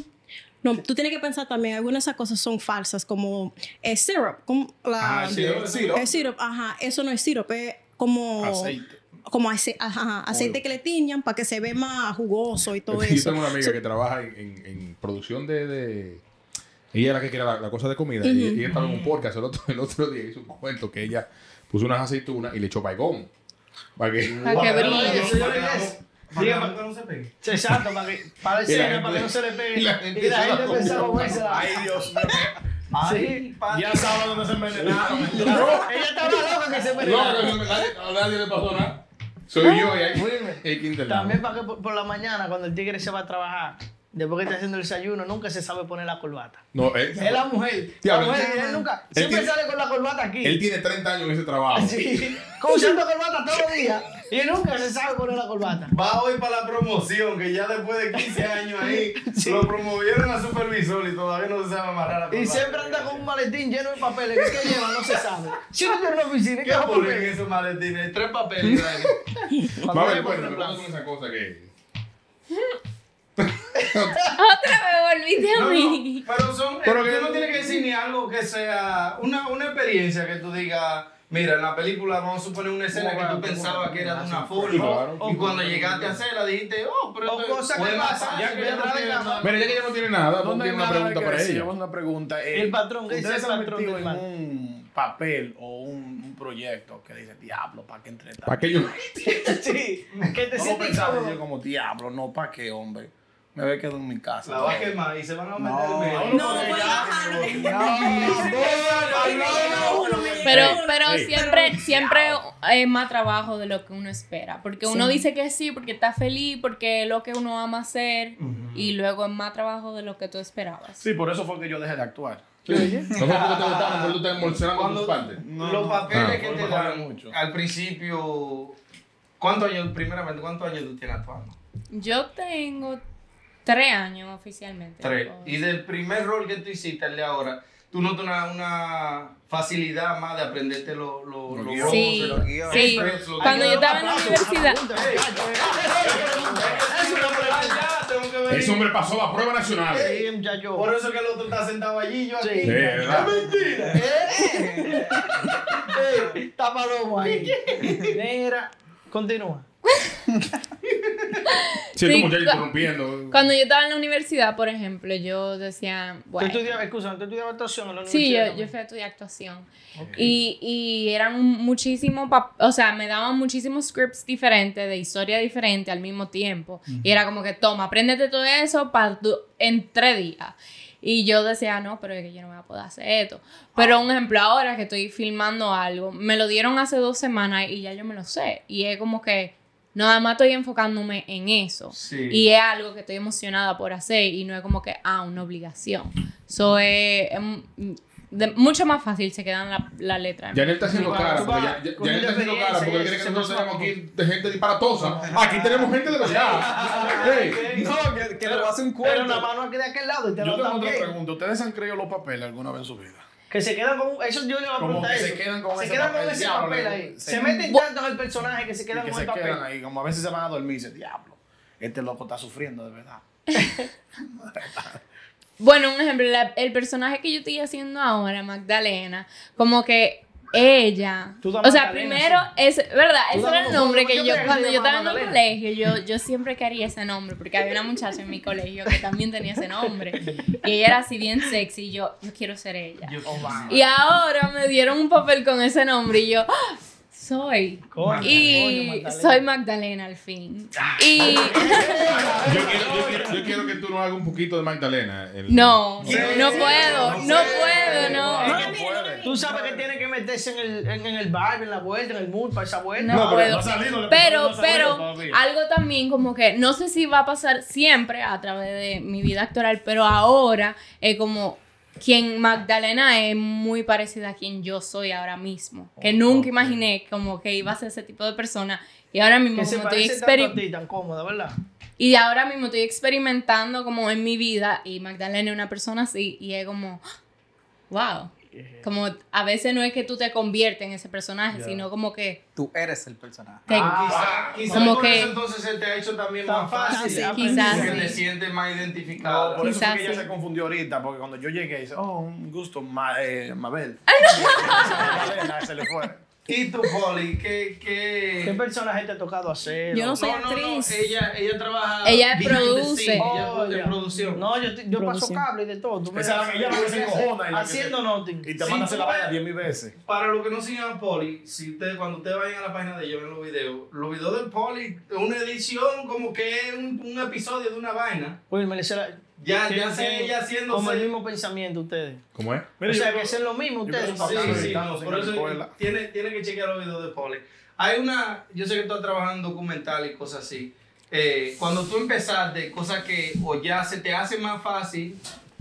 No, tú tienes que pensar también, algunas de esas cosas son falsas, como el syrup. Como la, Ah, sí, sí. ¿no? el syrup, ajá, eso no es syrup, es como... Aceite. Como ace- ajá, aceite Oil. que le tiñan para que se ve más jugoso y todo Yo eso. tengo una amiga que trabaja en, en- en producción de, de- Ella era la que crea la, la cosa de comida. Ujú. y, ella estaba en un podcast el otro, el otro día hizo un cuento que ella puso unas aceitunas y le echó baigón. Para que... Para que Para brille. que no- para que no- Diga, para que no se pegue. Sí, Exacto, para que para el Y la cine, gente- para que no se le pegue. y Y la la gente gente se la pensaba, come. güey, se la- Ay, Dios mío. Sí, Ya saben dónde se envenenaron. Ella estaba loca que se No, perdiera. no, no, nadie, a nadie le pasó nada. Soy yo y hay, hay que intentarlo. También para que por, por la mañana, cuando el tigre se va a trabajar, después que está haciendo el desayuno, nunca se sabe poner la corbata. No, él, Es la mujer. Diablo, la mujer, él- él nunca. él Siempre tiene- sale con la corbata aquí. él tiene 30 años en ese trabajo. Sí, con usando corbata todos los días. Y él nunca se sabe poner la corbata. Va hoy para la promoción, que ya después de 15 años ahí Sí. lo promovieron a supervisor y todavía no se sabe amarrar la Y corbata. siempre anda con un maletín lleno de papeles. ¿Qué es que lleva? No se sabe. Si uno tiene una oficina, ¿qué ¿Qué va a ponen en poner? esos maletines? Tres papeles. Dani. Va a ver, bueno, me pongo con esa cosa que. Otra vez volviste a No, mí. no, pero son, Pero tú que- no tienes que decir ni algo que sea una, una experiencia que tú digas, mira, en la película vamos a suponer una escena que tú pensabas que era de una forma Claro. y cuando llegaste a hacerla dijiste, oh, pero O esto- cosas o que es pasan, más, ya que voy a ya no traer tiene la- nada. Mira, ya que ella no tiene nada, vos ¿Dónde hay tienes una nada pregunta que para decir? ella. Vamos a una pregunta. eh, El patrón, ¿qué dice ¿Ustedes el se han patrón metido del en bar? un papel o un, un proyecto que dice, diablo, ¿para qué entretar? ¿Para qué yo? Sí, que te No lo sientes pensaba incómodo. yo como, diablo, no, ¿para qué, hombre? Me voy a quedar en mi casa. La va a quemar y se van a meter No. en medio. No, pues, bajaron. Pero, Ey, pero ey. siempre, siempre es más trabajo de lo que uno espera. Porque uno dice que sí, porque está feliz, porque es lo que uno ama hacer. Y luego es más trabajo de lo que tú esperabas. Sí, por eso fue que yo dejé de actuar. No fue porque te gustaron, pero tú estás embolsando con Cuando- tus partes. los papeles Ah. que No te me dan jodan mucho. al principio, ¿cuántos años, primeramente, cuántos años tú tienes actuando? Yo tengo tres años oficialmente. Tres. Oh. Y del primer rol que tú hiciste, el de ahora, ¿tú notas una, una facilidad más de aprenderte los lo, Los lo guiones. Sí, los guiones. sí. Pero es lo que- Cuando yo Hay que estaba en la universidad, eh, Ese hombre pasó la prueba nacional. Sí, eh, muchacho. Por eso que el otro está sentado allí, yo Sí. aquí. Sí, ¿verdad? Eh, Está palomo ahí. Negra, continúa. Sí, tú Sí, como ya cu- interrumpiendo. cuando yo estaba en la universidad, por ejemplo, yo decía, Tú bueno. estudiabas, excusa, tú estudiabas actuación en la Sí, universidad. yo, yo fui a estudiar actuación. Y, y eran muchísimos, o sea, me daban muchísimos scripts diferentes, de historia diferente al mismo tiempo. Y era como que, toma, apréndete todo eso para en tres días. Y yo decía, no, pero es que yo no voy a poder hacer esto. Pero un ejemplo, ahora que estoy filmando algo, me lo dieron hace dos semanas y ya yo me lo sé. Y es como que, nada más estoy enfocándome en eso. Sí. Y es algo que estoy emocionada por hacer y no es como que, ah, una obligación. So, es es m- de- mucho más fácil se quedan la, la letra. Yanel está haciendo Tú vas- cara, tú porque vas ya- ya- con Yanel está haciendo cara, porque él cree que experiencia, nosotros se tenemos pasa aquí de gente disparatosa. Aquí tenemos gente de verdad. Ey, No, que, que le voy a hacer un Pero la cuento. mano aquí de aquel lado y te Yo lo tengo otra también. pregunta. ¿Ustedes han creído los papeles alguna vez en su vida? Que se quedan con un- eso yo le voy a Como preguntar que se eso. quedan con se ese quedan papel, con ese diablo, papel le- ahí. se- Se meten tanto en el personaje que se Y quedan que con se el papel. quedan ahí, como a veces se van a dormir y dicen, diablo, este loco está sufriendo de verdad. Bueno, un ejemplo, la- el personaje que yo estoy haciendo ahora, Magdalena, como que ella, Tú da o sea, Magdalena, primero, sí. es verdad, Tú ese da era el como- nombre ¿por que qué yo, crees que cuando se yo llama estaba en el Magdalena? colegio, yo, yo siempre quería ese nombre, porque había una muchacha en mi colegio que también tenía ese nombre, y ella era así bien sexy, y yo, yo quiero ser ella. Yo- oh, wow. Y ahora me dieron un papel con ese nombre y yo, ¡ah! soy. Coño, y coño, Magdalena. Ah. soy Magdalena al fin. Y Yo quiero, yo quiero- yo quiero que tú nos hagas un poquito de Magdalena. el- no, Sí, no sí, puedo, sí, no sí. puedo, no. No, Tú sabes que tiene que meterse en el, en, en el bar, en la vuelta, en el mood, para esa vuelta. No, No, puedo. ha salido, le- Pero, no ha salido pero, todavía. algo también como que no sé si va a pasar siempre a través de mi vida actoral, pero ahora es como quien Magdalena es muy parecida a quien yo soy ahora mismo. Oh, Que nunca imaginé como que iba a ser ese tipo de persona. Y ahora mismo que se como estoy parece tanto a experimentando. ti, tan cómoda, ¿verdad? Y ahora mismo estoy experimentando como en mi vida y Magdalena es una persona así y es como, wow. Como a veces no es que tú te conviertes en ese personaje, sino como que Tú eres el personaje. te- Ah, quizás Como por que- eso entonces se te ha hecho también Tan más fácil. fácil, fácil, Quizás. quizás Que sí. te sientes más identificado. por eso fue Quizás que ella sí. se confundió ahorita, porque cuando yo llegué, dice, oh, un gusto, Ma- eh, Mabel. Mabel, se le fue. ¿Y tú, Poli? ¿Qué, ¿Qué qué... personaje te ha tocado hacer? Yo no O- soy actriz. Ella, ella trabaja. Ella behind the produce. scene, Ella Oh, de ya. producción. No, yo, te- yo paso Producción. cable y de todo. tú me- Esa es la que ella lo que se encojona y la que Haciendo se- nothing. Y te Sí, manda a hacer la tú vaina ves. 10 mil veces. Para los que no sigan a Poli, si ustedes, cuando ustedes vayan a la página de ella, ven los videos. Los videos de Poli, una edición como que es un, un episodio de una vaina. Oye, me le será- Ya, Sí, ya sí. sé ella haciendo. Como el mismo pensamiento ustedes. ¿Cómo es? o sea, que hacen lo mismo yo creo ustedes. que Sí, Acá lo sí, editamos en por la eso escuela. tiene, tiene que chequear los videos de Poli. Hay una, yo sé que tú estás trabajando en documental y cosas así. Eh, cuando tú empezaste, cosas que o ya se te hace más fácil,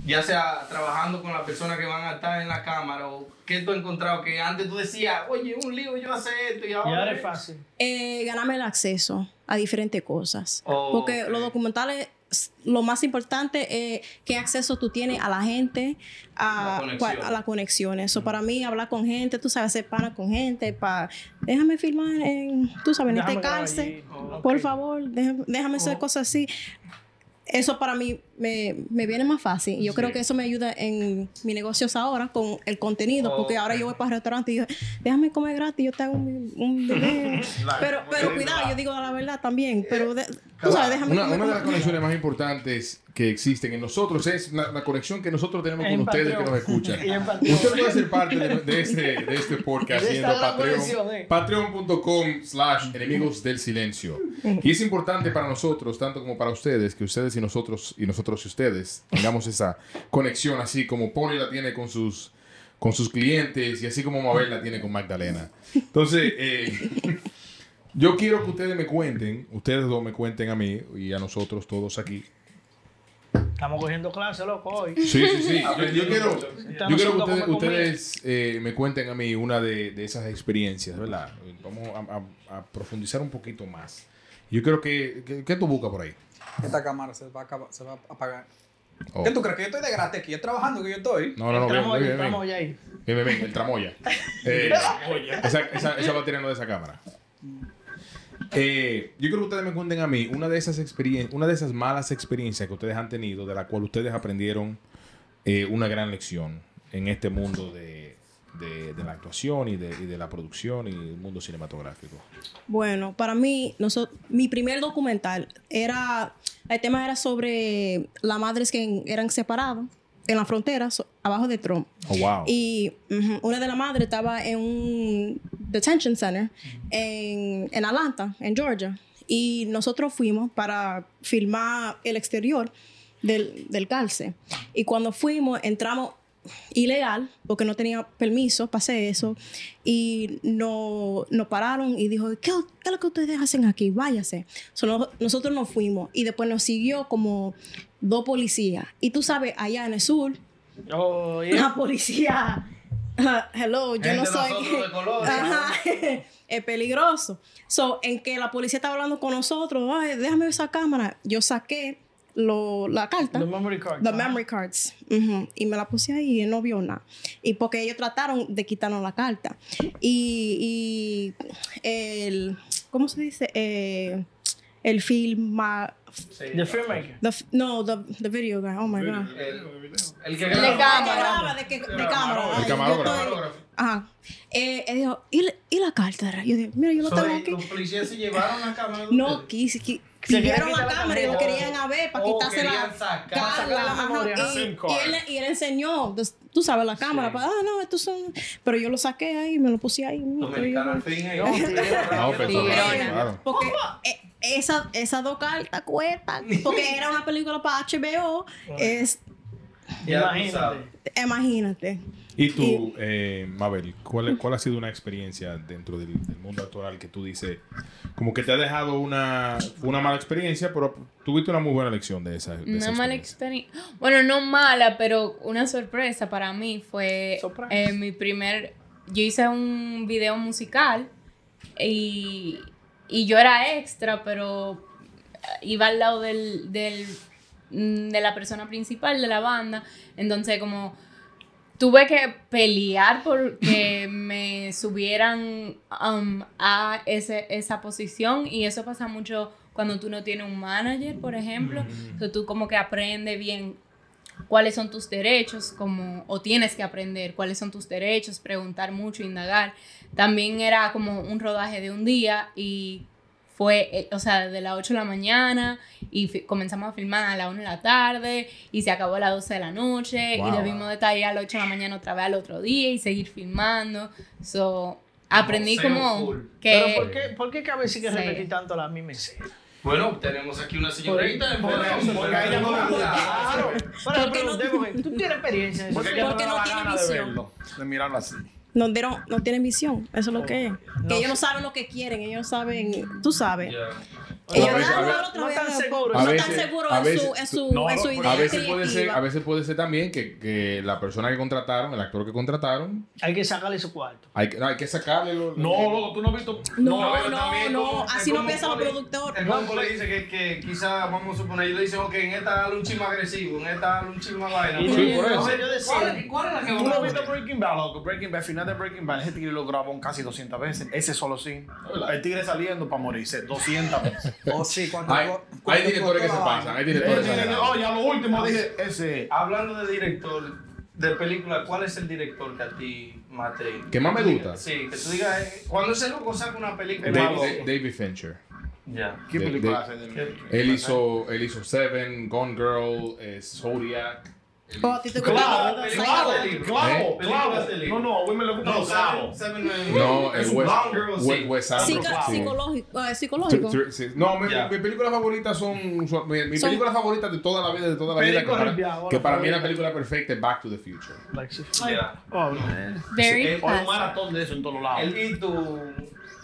ya sea trabajando con las personas que van a estar en la cámara o que tú has encontrado que antes tú decías, oye, un lío yo hacer esto y Y ahora... ahora es fácil. eh, ganarme el acceso a diferentes cosas. Oh, Porque ok. los documentales, s- lo más importante es qué acceso tú tienes a la gente, La a, conexión. cua- a las conexiones. So, para mí, hablar con gente, tú sabes, ser pana con gente, para déjame filmar en, tú sabes, en Déjame grabar este cárcel, allí. Ok. por favor, déjame, déjame Oh. hacer cosas así. Eso para mí me, me viene más fácil. Y yo creo que eso me ayuda en mis negocios ahora con el contenido, porque ahora yo voy para el restaurante y digo, déjame comer gratis, yo te hago un, un video. Pero, pero cuidado, yo digo la verdad también. Pero, de- tú sabes, déjame Una, una comer de las gratis. conexiones más importantes que existen en nosotros es la, la conexión que nosotros tenemos con En ustedes que Patreon. nos escuchan. Y en Patreon. Usted puede ser parte de, de este, de este podcast Esta siendo es la Patreon. conexión, eh. Patreon.com slash enemigos del silencio. Y es importante para nosotros, tanto como para ustedes, que ustedes y nosotros, y nosotros y ustedes, tengamos esa conexión así como Poli la tiene con sus con sus clientes y así como Mabel la tiene con Magdalena. Entonces, eh, yo quiero que ustedes me cuenten, ustedes dos me cuenten a mí y a nosotros todos aquí. Estamos cogiendo clase, loco, hoy. Sí, sí, sí. Yo, yo quiero, yo quiero que haciendo ustedes, como comida. ustedes, eh, me cuenten a mí una de, de esas experiencias, ¿verdad? Vamos a, a- a profundizar un poquito más. Yo creo que... que- ¿Qué tú buscas por ahí? Esta cámara se va a, acabar- se va a apagar. Oh. ¿Qué tú crees que yo estoy de gratis? Que yo trabajando, que yo estoy. No, no, no. Entramos Ven, ahí, ven, ven, entramos ven. ya ahí. Ven, ven, ven, El tramoya. Eh, esa, esa, esa batería no de esa cámara. Eh, yo creo que ustedes me cuenten a mí una de esas experiencias, una de esas malas experiencias que ustedes han tenido, de la cual ustedes aprendieron eh, una gran lección en este mundo de, de- de la actuación y de, y de la producción y el mundo cinematográfico. Bueno, para mí, noso- mi primer documental era, el tema era sobre las madres que en- eran separadas en la frontera, so- abajo de Trump. Oh, wow. Y ujú, una de las madres estaba en un detention center en, en Atlanta, en Georgia. Y nosotros fuimos para filmar el exterior del, del cárcel. Y cuando fuimos, entramos ilegal, porque no tenía permiso, pasé eso. Y no- nos pararon y dijo, ¿qué, qué es lo que ustedes hacen aquí? Váyase. So, no- nosotros nos fuimos. Y después nos siguió como dos policías. Y tú sabes, allá en el sur, Oh, yeah. la policía. ah, Hello, yo Gente no de soy. nosotros de color, Ajá, es peligroso. So, en que la policía estaba hablando con nosotros, Ay, déjame ver esa cámara. Yo saqué lo- la carta. The memory card. The memory cards. Ujú. Y me la puse ahí y él no vio nada. Y porque ellos trataron de quitarnos la carta. Y, y el, ¿cómo se dice? Eh, el filma, The filmmaker. the f- no, the, the video guy. Oh my God. El, el que Le graba. El que cámara. graba, de, que- de cámara. El Ay, yo camarógrafo. estoy- Ajá. Eh, él dijo, ¿y, la- y la carta? Yo dije, mira, yo no tengo Sorry, aquí. Los policías se llevaron la cámara. de No, ustedes. quise, qui- Se quería Vieron quitar la la cámara y lo carrera. querían a ver para Oh, quitarse querían la sacar- cara. sacar la ajá, memoria. y- SIM Y, él, y él enseñó, entonces, tú sabes, la cámara. Sí. para, ah, no, estos son. Pero yo lo saqué ahí, me lo puse ahí. mira, Dominicano al fin. eh. No, pero eso es raro, Tigrona. Ah, oh, claro. Porque eh, esa, esas dos cartas cuestan. Porque era una película para HBO. Es, Ya tú sabes. Imagínate. imagínate. Y tú, eh, Mabel, ¿cuál, ¿cuál ha sido una experiencia dentro del, del mundo actoral que tú dices, como que te ha dejado una, fue una mala experiencia, pero tuviste una muy buena lección de esa, de esa Una mala experiencia? experiencia. Bueno, no mala, pero una sorpresa para mí fue Surprise. eh, mi primer. Yo hice un video musical y, y yo era extra, pero iba al lado del, del- mm, de la persona principal de la banda. Entonces, como tuve que pelear por que me subieran um, a ese, esa posición y eso pasa mucho cuando tú no tienes un manager, por ejemplo. Entonces tú como que aprendes bien cuáles son tus derechos, como, o tienes que aprender cuáles son tus derechos, preguntar mucho, indagar. También era como un rodaje de un día y fue, eh, o sea, desde las 8 de la mañana y fi- comenzamos a filmar a las 1 de la tarde y se acabó a las 12 de la noche y Wow. debimos de estar ahí a las 8 de la mañana otra vez al otro día y seguir filmando. So, aprendí Boxeo como full. que... Pero ¿por qué, ¿por qué cabe sí que Sí. repetir tanto la misma escena? Bueno, tenemos aquí una señorita Por- enferma, por- porque a ella no le gusta. Claro. Ahora Porque no- preguntemos, ¿tú tienes experiencia en eso? Porque, ella Porque no, no da tiene gana de visión. verlo, de mirarlo así. No, they don't- no tienen visión. Eso es lo que es. Que No. ellos no saben lo que quieren. Ellos saben. Tú sabes. Ya. Ellos A veces- "Ah, a no, ve- otra no vez, tan no, seguro. A No tan veces- seguro a en su, veces- en su, no, en su no, idea. A veces, puede ser, creativa. a veces puede ser también que, que la persona que contrataron, el actor que contrataron, Hay que sacarle su cuarto. hay, que- hay que sacarle lo- No, loco, tú no has visto. No, pero no, también no. como- Así es no como piensan los Poli- productores. El banco le dice que, que quizás, vamos a suponer, ellos le dicen, ok, en esta dale un chisme agresivo, en esta dale un chisme vaina. Y Sí, por entonces eso. yo ¿Cuál, decía, ¿Cuál es la que Tú vamos no a has visto poner? Breaking Bad, loco. Breaking Bad, final de Breaking Bad. Ese tigre lo grabó casi 200 veces. Ese solo sí. El tigre saliendo para morirse 200 veces. Oh, sí, cuando Hay, hay directores que se pasan, hay El directores tigre, exagerados. oh, ya lo último dije, ese. Hablando de director, de película, ¿cuál es el director que a ti más te... ¿Que más me gusta? Sí, que tú digas, eh, cuando ese loco saca una película... Da- loco. Da- David Fincher. Ya. ¿Qué De- película de- hace? de- ¿Qué- Él hizo, él hizo Seven, Gone Girl, eh, Zodiac. Él- Oh, a ti te gusta Claro, la- claro, claro, ¿Eh? claro. No, no, a mí me le gusta este No, los clavos. Seven- Seven Nine- No, es el un Wes, Gone Girl, sí. Wes- Wes Anderson, Psica- sí. psicológico, eh, Thr- psicológico. thr- sí. No, mi, Ya. mi película favorita son. son- mi mi Son- película favorita de toda la vida, de toda la vida, que Película para, olvidada, que bueno, para mí es favorita. la película perfecta, es Back to the Future. Ya. Oh, Very Sí, O un fast. maratón de eso en todos lados. El y tu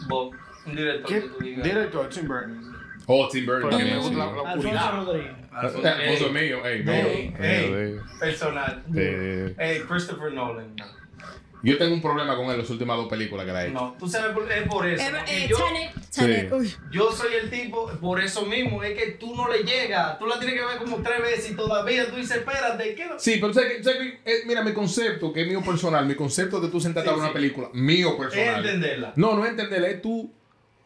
Bob, un director ¿Qué que tú digas. director? Tim Burton. Oh, Tim Burton. Porque me sí. gusta la la Alfonso oscuridad. Rodríguez. Eh, Alfonso mío, ey, mío, Ey, mío, Eh, ey. de- Personal. de- Hey, Christopher Nolan. Yo tengo un problema con él, las últimas dos películas que la he hecho. No, tú sabes, por- es por eso. Eh, porque eh, yo, Tenet, Tenet, Sí. uy. yo soy el tipo, por eso mismo, es que tú no le llegas. Tú la tienes que ver como tres veces y todavía tú dices, espérate, ¿qué? no-?" Sí, pero sé que, sé que, eh, mira, mi concepto, que es mío personal, mi concepto de tú sentarte Sí, a ver sí. una película, mío Es personal. entenderla. No, no es entenderla, es tú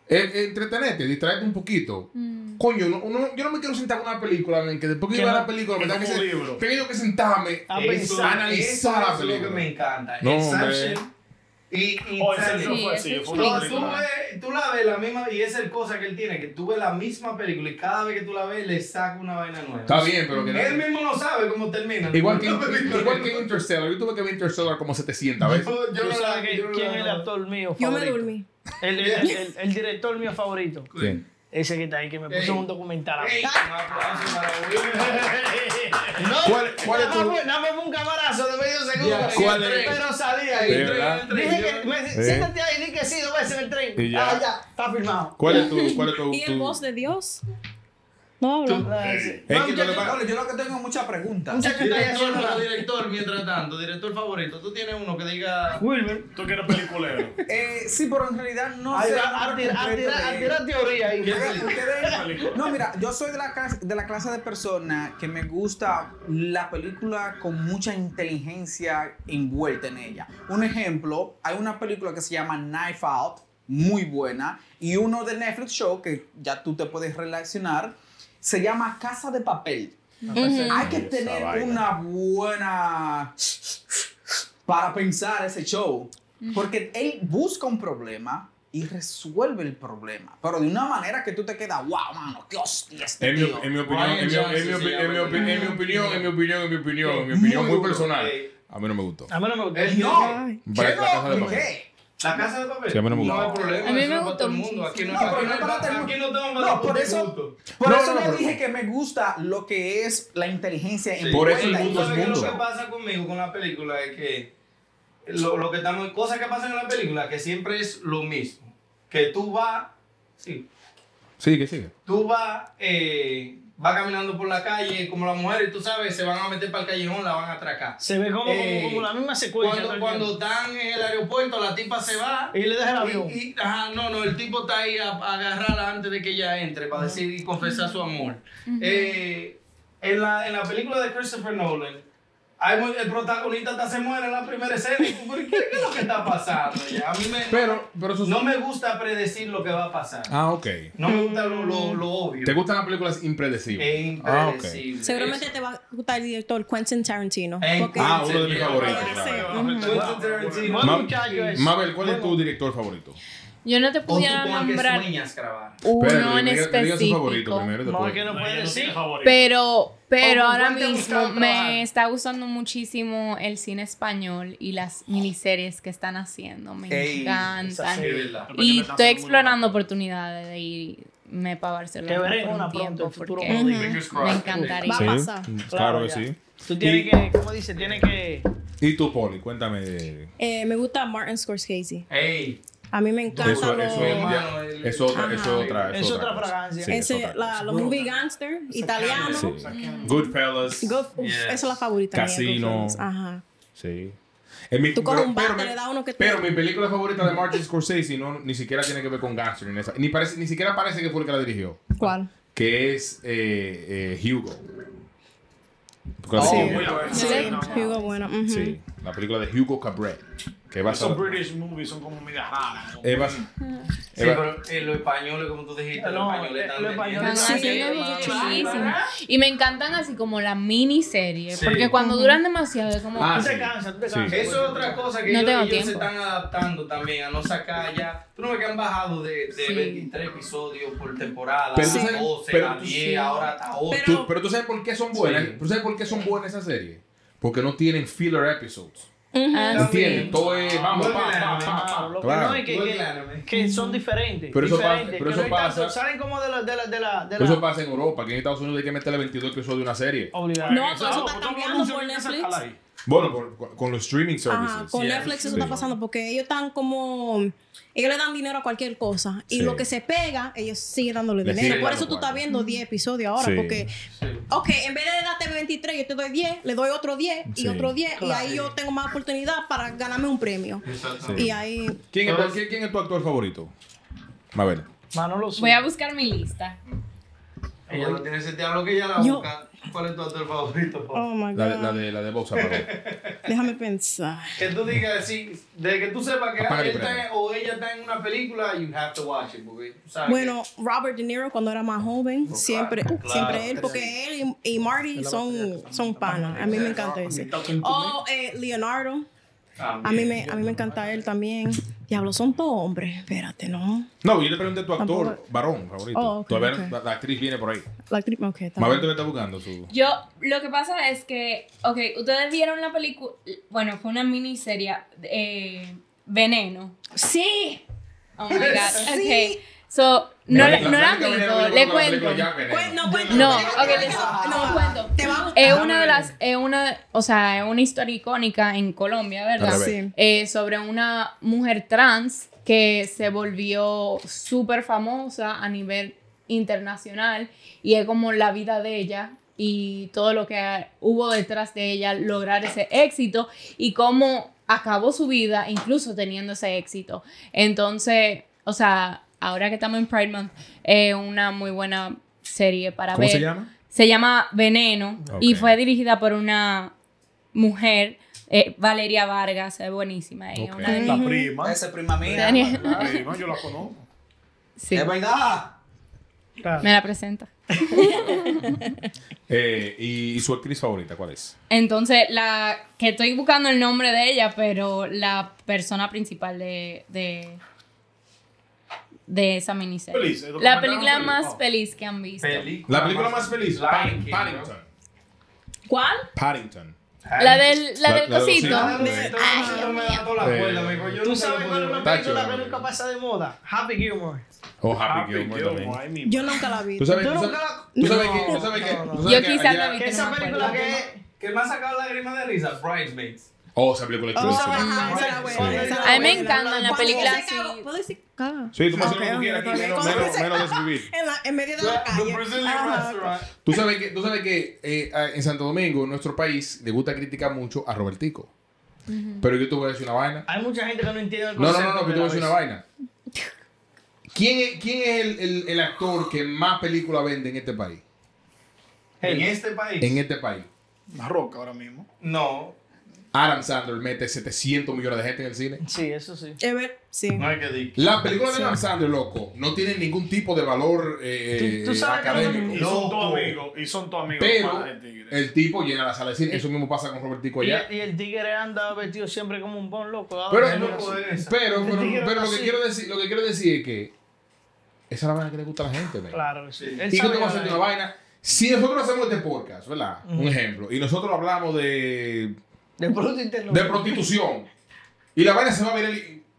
es- es entretenerte, distraerte un poquito. Mm. Coño, no, no- yo no me quiero sentar con una película, men, que después que Que yo vea no- la película, me es tengo que, como sen- un libro. tengo que sentarme. A Ah, pues, Eso- pensar, analizar eso la es lo que película. me encanta. No, Inception y, y Oh, ese sí Tenet. no fue así. Fue una No, tú, película. ves- tú la ves la misma y esa es el cosa que él tiene, que tú ves la misma película y cada vez que tú la ves le saca una vaina nueva. Está bien, pero que Él mismo no sabe cómo termina. Igual que, La película. igual que Interstellar, yo tuve que ver Interstellar como 700 veces. Yo, yo Tú no la sabes que- yo no quién la- es el actor mío Yo me favorito? dormí. El, el- el- el director mío favorito. Sí. Ese que está ahí, que me Ey. puso en un documental. a mí. Ey, un aplauso para Will. No, ¿Cuál- cuál es nada tu- más fue- nada más fue un camarazo de medio segundo. Ya, que ¿cuál entré, es? Pero salí ahí. Sí, ¿verdad? Dije que me- Sí. siéntate ahí, di que sí, dos veces en el tren. Y ya. Ah, ya, está firmado. ¿Cuál es tu.? Cuál es tu, Y el tu- voz de Dios. No hablo. Ah, sí. Es que Vamos, lo que ya- pasa- yo lo que tengo es muchas preguntas. Muchacho, está ahí Director, haciendo pero la- director, mientras tanto, director favorito, tú tienes uno que diga. Wilmer. Tú que eres peliculero. Eh, sí, pero en realidad no Ahí sé. va, el nombre a tirar- a completo tirar- de- a tirar teoría ahí. Oigan, ustedes- película. No, mira, yo soy de la, clase, de la clase de persona que me gusta la película con mucha inteligencia envuelta en ella. Un ejemplo, hay una película que se llama Knife Out, muy buena, y uno de Netflix Show, que ya tú te puedes relacionar, se llama Casa de Papel. Hay que Esa tener vaina. una buena para pensar ese show. Porque él busca un problema, y resuelve el problema. Pero de una manera que tú te quedas, wow, mano, qué hostia este En mi, tío. en mi opinión, en mi, en mi opi- en mi opi- en mi opinión, en mi opinión, en mi opinión, en mi opinión muy Eh. personal, a mí no me gustó. A mí no me gusta. Él Eh, no. Ay. Me ¿Qué parece no? la casa de ¿Por papel. qué? La casa de papel. Sí, a mí no me gusta. hay problema. A mí eso me es para todo el gustó mundo. Aquí no, muchísimo. No, aquí no, pero no hay- para todo el aquí no tengo No, por eso- punto. Por No, eso no, yo no, dije no. que me gusta lo que es la inteligencia en Por eso el cuenta y mundo es todo. ¿Sabes qué es mundo. Lo que pasa conmigo con la película es que lo, lo que estamos, cosas que pasan en la película que siempre es lo mismo. Que tú vas, sí, Sí, que sigue. tú vas, eh, vas caminando por la calle como las mujeres, tú sabes, se van a meter para el callejón, la van a atracar. Se ve como, Eh, como, como la misma secuencia. todo Cuando, el cuando tiempo. están en el aeropuerto, la tipa se va. Y le deja el avión. Y, y- ajá, no, no, el tipo está ahí a, a agarrarla antes de que ella entre para decir y confesar su amor. Eh, en, la, en la película de Christopher Nolan, hay muy- el protagonista hasta se muere en la primera escena. Y tú, ¿pero ¿Qué, qué es lo que está pasando? ya? A mí me, Pero, pero eso es- no me gusta predecir lo que va a pasar. Ah, ok. No me gusta lo, lo, lo obvio. ¿Te gustan las películas impredecibles? Es Ah, ok. impredecible. Seguramente te va a gustar el director Quentin Tarantino. Eh, porque- Ah, uno de mis Sí, favoritos, sí, claro. Quentin Tarantino. Buen Ma- muchacho es. Mabel, ¿cuál es tu director favorito? Yo no te O tú pudiera con el que nombrar sueñas grabar. uno Espérate, en me diga- me diga su favorito específico. primero y No, es que después. no puede decir. Pero, pero ¿O con ahora cuál te mismo gustaba trabajar? me está gustando muchísimo el cine español y las miniseries que están haciendo. Me Ey, encantan. Sí, verdad. Y estoy explorando oportunidades de irme para Barcelona. Que veremos por un una tiempo, pronto, el futuro. porque Ujú. me encantaría. Va a pasar. Claro que sí. Tú tienes que, ¿cómo dice? Tienes que. ¿Y tú, Poli? Cuéntame de Eh, me gusta Martin Scorsese. Ey, A mí me encanta. Eso, los- eso, hermano, ya- el- es otra, es Ajá. otra, Es otra cosa. fragancia. Sí, es ese- otra la- los movie gangster italianos. cosa. Sí. Goodfellas. Gof- uf, Yes. Esa es la favorita. mía, Casino. Goodfellas. Ajá. Sí. En mi- Tú coges pero- un bate, pero mi- le das uno que te- Pero mi película favorita de Martin Scorsese no, ni siquiera tiene que ver con gangster. Ni, esa- ni parece, ni siquiera parece que fue el que la dirigió. ¿Cuál? Que es eh, eh, Hugo. Porque la Oh, película- muy bueno. Sí, Sí, no, Hugo, bueno. ujú. Sí, la película de Hugo Cabret. Que va a Esos British movies son como media raras. Eh, ¿no? Sí, pero eh, los españoles, como tú dijiste, los No, eh, españoles están los españoles Están vendiendo. Sí, haciendo sí, muchísimo. Y me encantan así como la miniserie. Porque cuando duran demasiado es como. Ah, Tú sí. te cansas, tú te Sí. cansas. Eso es otra cosa que No ellos, tengo ellos se tiempo. están adaptando también a no sacar ya. Tú no ves que han bajado de, de Sí. 23 episodios por temporada, Pero pero, tú sabes- 12, pero a tú- 10, ahora hasta 8. Pero- Tú- pero tú sabes por qué son buenas. Sí. ¿Tú sabes por qué son buenas esas series? Porque no tienen filler episodes. Ujú. Ah, sí. ¿Entiendes? Todo es vamos, Vuelve pa, el pa, anime, pa, Claro, pa. lo que no Claro. es que, Igual que- que el anime. que son diferentes. Pero eso pasa, diferentes, pero que eso no hay tanto- pasa. salen como de la. De la, de la, de la Eso pasa en Europa. Aquí en Estados Unidos hay que meterle 22 episodios de una serie. obligada. No, pero eso Claro, está pues, todo el mundo cambiando se por tiene que Netflix. sacarla ahí. Bueno, por- con- con los streaming services. Ajá, con Yeah. Netflix eso Sí. está pasando porque ellos están como ellos le dan dinero a cualquier cosa y Sí. lo que se pega ellos siguen dándole Le dinero siguen por dando eso tú estás cuarto. viendo 10 episodios ahora Sí. porque ok en vez de darte 23 yo te doy 10 le doy otro 10 y Sí. otro 10 y Claro. ahí yo tengo más oportunidad para ganarme un premio Exactamente. y ahí ¿Quién, es, tu- quién- quién es tu actor favorito? Mabel. Manolo Voy a buscar mi lista. Ella no tiene ese diablo que ella la Yo- busca. ¿Cuál es tu actor favorito? po? oh my La de, la god de, la de Bosa, perdón. déjame pensar Que tú digas así, de que tú sepas que Apaga el él está, premio. o ella está en una película, you have to watch it, porque tú sabes bueno Robert De Niro cuando era más joven siempre uh, siempre él porque él y, y Marty son son panas a mí me encanta ese o eh, Leonardo que también. A mí, me, a mí me encanta él también. Diablo, son todos hombres. Espérate, ¿no? No, yo le pregunté a tu actor Tampoco- varón favorito. Oh, ok, Todavía ok. La, la actriz viene por ahí. La actriz- ok, está Mabel bien. todavía está buscando su. Yo, lo que pasa es que, ok, ustedes vieron la película, bueno, fue una miniserie, eh, Veneno. Sí. Oh my God, Sí. ok. So, no, la- Mabel, no la Mabel han Cabrera visto, viene le con la película cuento. Jack Veneno. Cuento, cuento. No, Yo ok, creo que les- eso- no, cuento. pues, Te va a gustar. Es una de las, es una, o sea, es una historia icónica en Colombia, ¿verdad? Al Sí. eh, sobre una mujer trans que se volvió súper famosa a nivel internacional y es como la vida de ella y todo lo que hubo detrás de ella lograr ese éxito y cómo acabó su vida incluso teniendo ese éxito. Entonces, o sea, ahora que estamos en Pride Month, es una muy buena serie para ¿Cómo ver. se llama? Se llama Veneno y Ok. fue dirigida por una mujer, eh, Valeria Vargas, es buenísima. ella es Ok. una de mis- La prima. Esa es prima mía. Daniel. La prima, yo la conozco. Sí, Es verdad. me la presenta. Eh, y, y su actriz favorita cuál es? Entonces, la que estoy buscando el nombre de ella, pero la persona principal de, de, de esa miniserie. Feliz, el La documental película feliz. más Oh. feliz que han visto. Película La película más feliz, Padding- Lion King, Paddington. ¿Cuál? Paddington. La del, la La- del la de los cosito. hijos. Ay, Dios mío. ¿Tú sabes cuál es una Tacho, película que no, nunca no. pasa de moda? Happy Gilmore. O Happy Gilmore también. Yo nunca la vi. ¿Tú sabes, Yo tú sabes, nunca tú la- sabes No, que, tú sabes que, no, no. tú sabes Yo que quizás allá- la vi. Que esa película que... Que me ha sacado lágrimas de risa, Bridesmaids. Oh, esa película es Tú chulísima. sabes- Ajá, esa era buena, esa era A mí me buena. encantan las Cuando películas se caga- así. ¿Puedo decir caga? Sí, tú me haces Ok, lo que tú ok, quieras ok. aquí, menos, Cuando menos, se- menos desvivir. En, la- en medio de la The calle. Brazilian Ajá. Restaurant. Tú sabes que, tú sabes que eh, a- en Santo Domingo, en nuestro país, le gusta criticar mucho a Robertico. Pero yo te voy a decir una vaina. Hay mucha gente que no entiende el No, no, concepto. no, no, que de te la voy a decir una vez. vaina. ¿Quién es, quién es el, el, el actor que más películas vende en este país? En este país. En este país. Una roca ahora mismo. No. Adam Sandler mete 700 millones de gente en el cine. Sí, eso sí. Eh, ver- sí. No hay que decir. La película de Adam Sandler, loco, no tiene ningún tipo de valor eh, Tú- tú sabes que académico. Y Loco. son todos amigos. Y son todos amigos. Pero compadre, tigre. el tipo llena la sala de cine. Eso mismo pasa con Robertico Y, allá. y el tigre anda vestido siempre como un bon loco. ¿verdad? Pero, el pero, loco de esa. pero, El tigre pero lo, que así. quiero decir, lo que quiero decir es que esa es la vaina que le gusta a la gente. men. Claro, que sí. Sí. Él Y que sabe tú vas a ganar. hacer una vaina. Si nosotros hacemos este podcast, ¿verdad? Un Ujú. ejemplo. Y nosotros hablamos de, De pronto interno. de prostitución. Y la vaina se va a ver. El,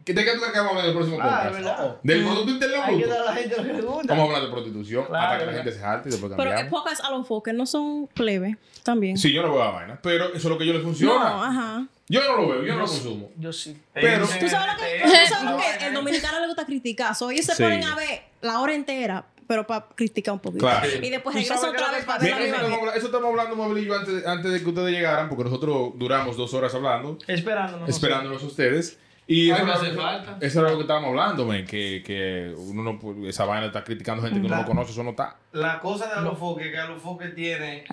¿De qué tú crees que vamos a hablar en el próximo Ah, es podcast? verdad. Del producto interno Hay que bruto. dar a la gente lo que le gusta. Vamos a hablar de prostitución Claro, hasta que la claro. gente se jarte y después Pero que eh, cambiamos. pocas a los foques no son plebe también. Sí, yo no veo la vaina, pero eso es lo que yo le no, ah. funciona. ajá. yo no lo veo, yo no lo consumo. Yo sí. Pero- ¿Tú sabes lo que, tú sabes lo que el dominicano le gusta criticar? So, ellos se Sí. ponen a ver la hora entera, pero para criticar un poquito. Claro. Y después Tú regresan sabes que otra la vez para Mira, ver eso, la estamos, misma. habla- eso estamos hablando, Mabel y yo, antes, de- antes de que ustedes llegaran, porque nosotros duramos dos horas hablando, Esperándonos. esperándonos a ustedes. Y Ay, eso, me era hace lo que- falta. eso era lo que estábamos hablando, men, que, que uno no, pu- esa vaina está criticando gente que uno no Claro. conoce, eso no está. La cosa de Alofoque, que Alofoque tiene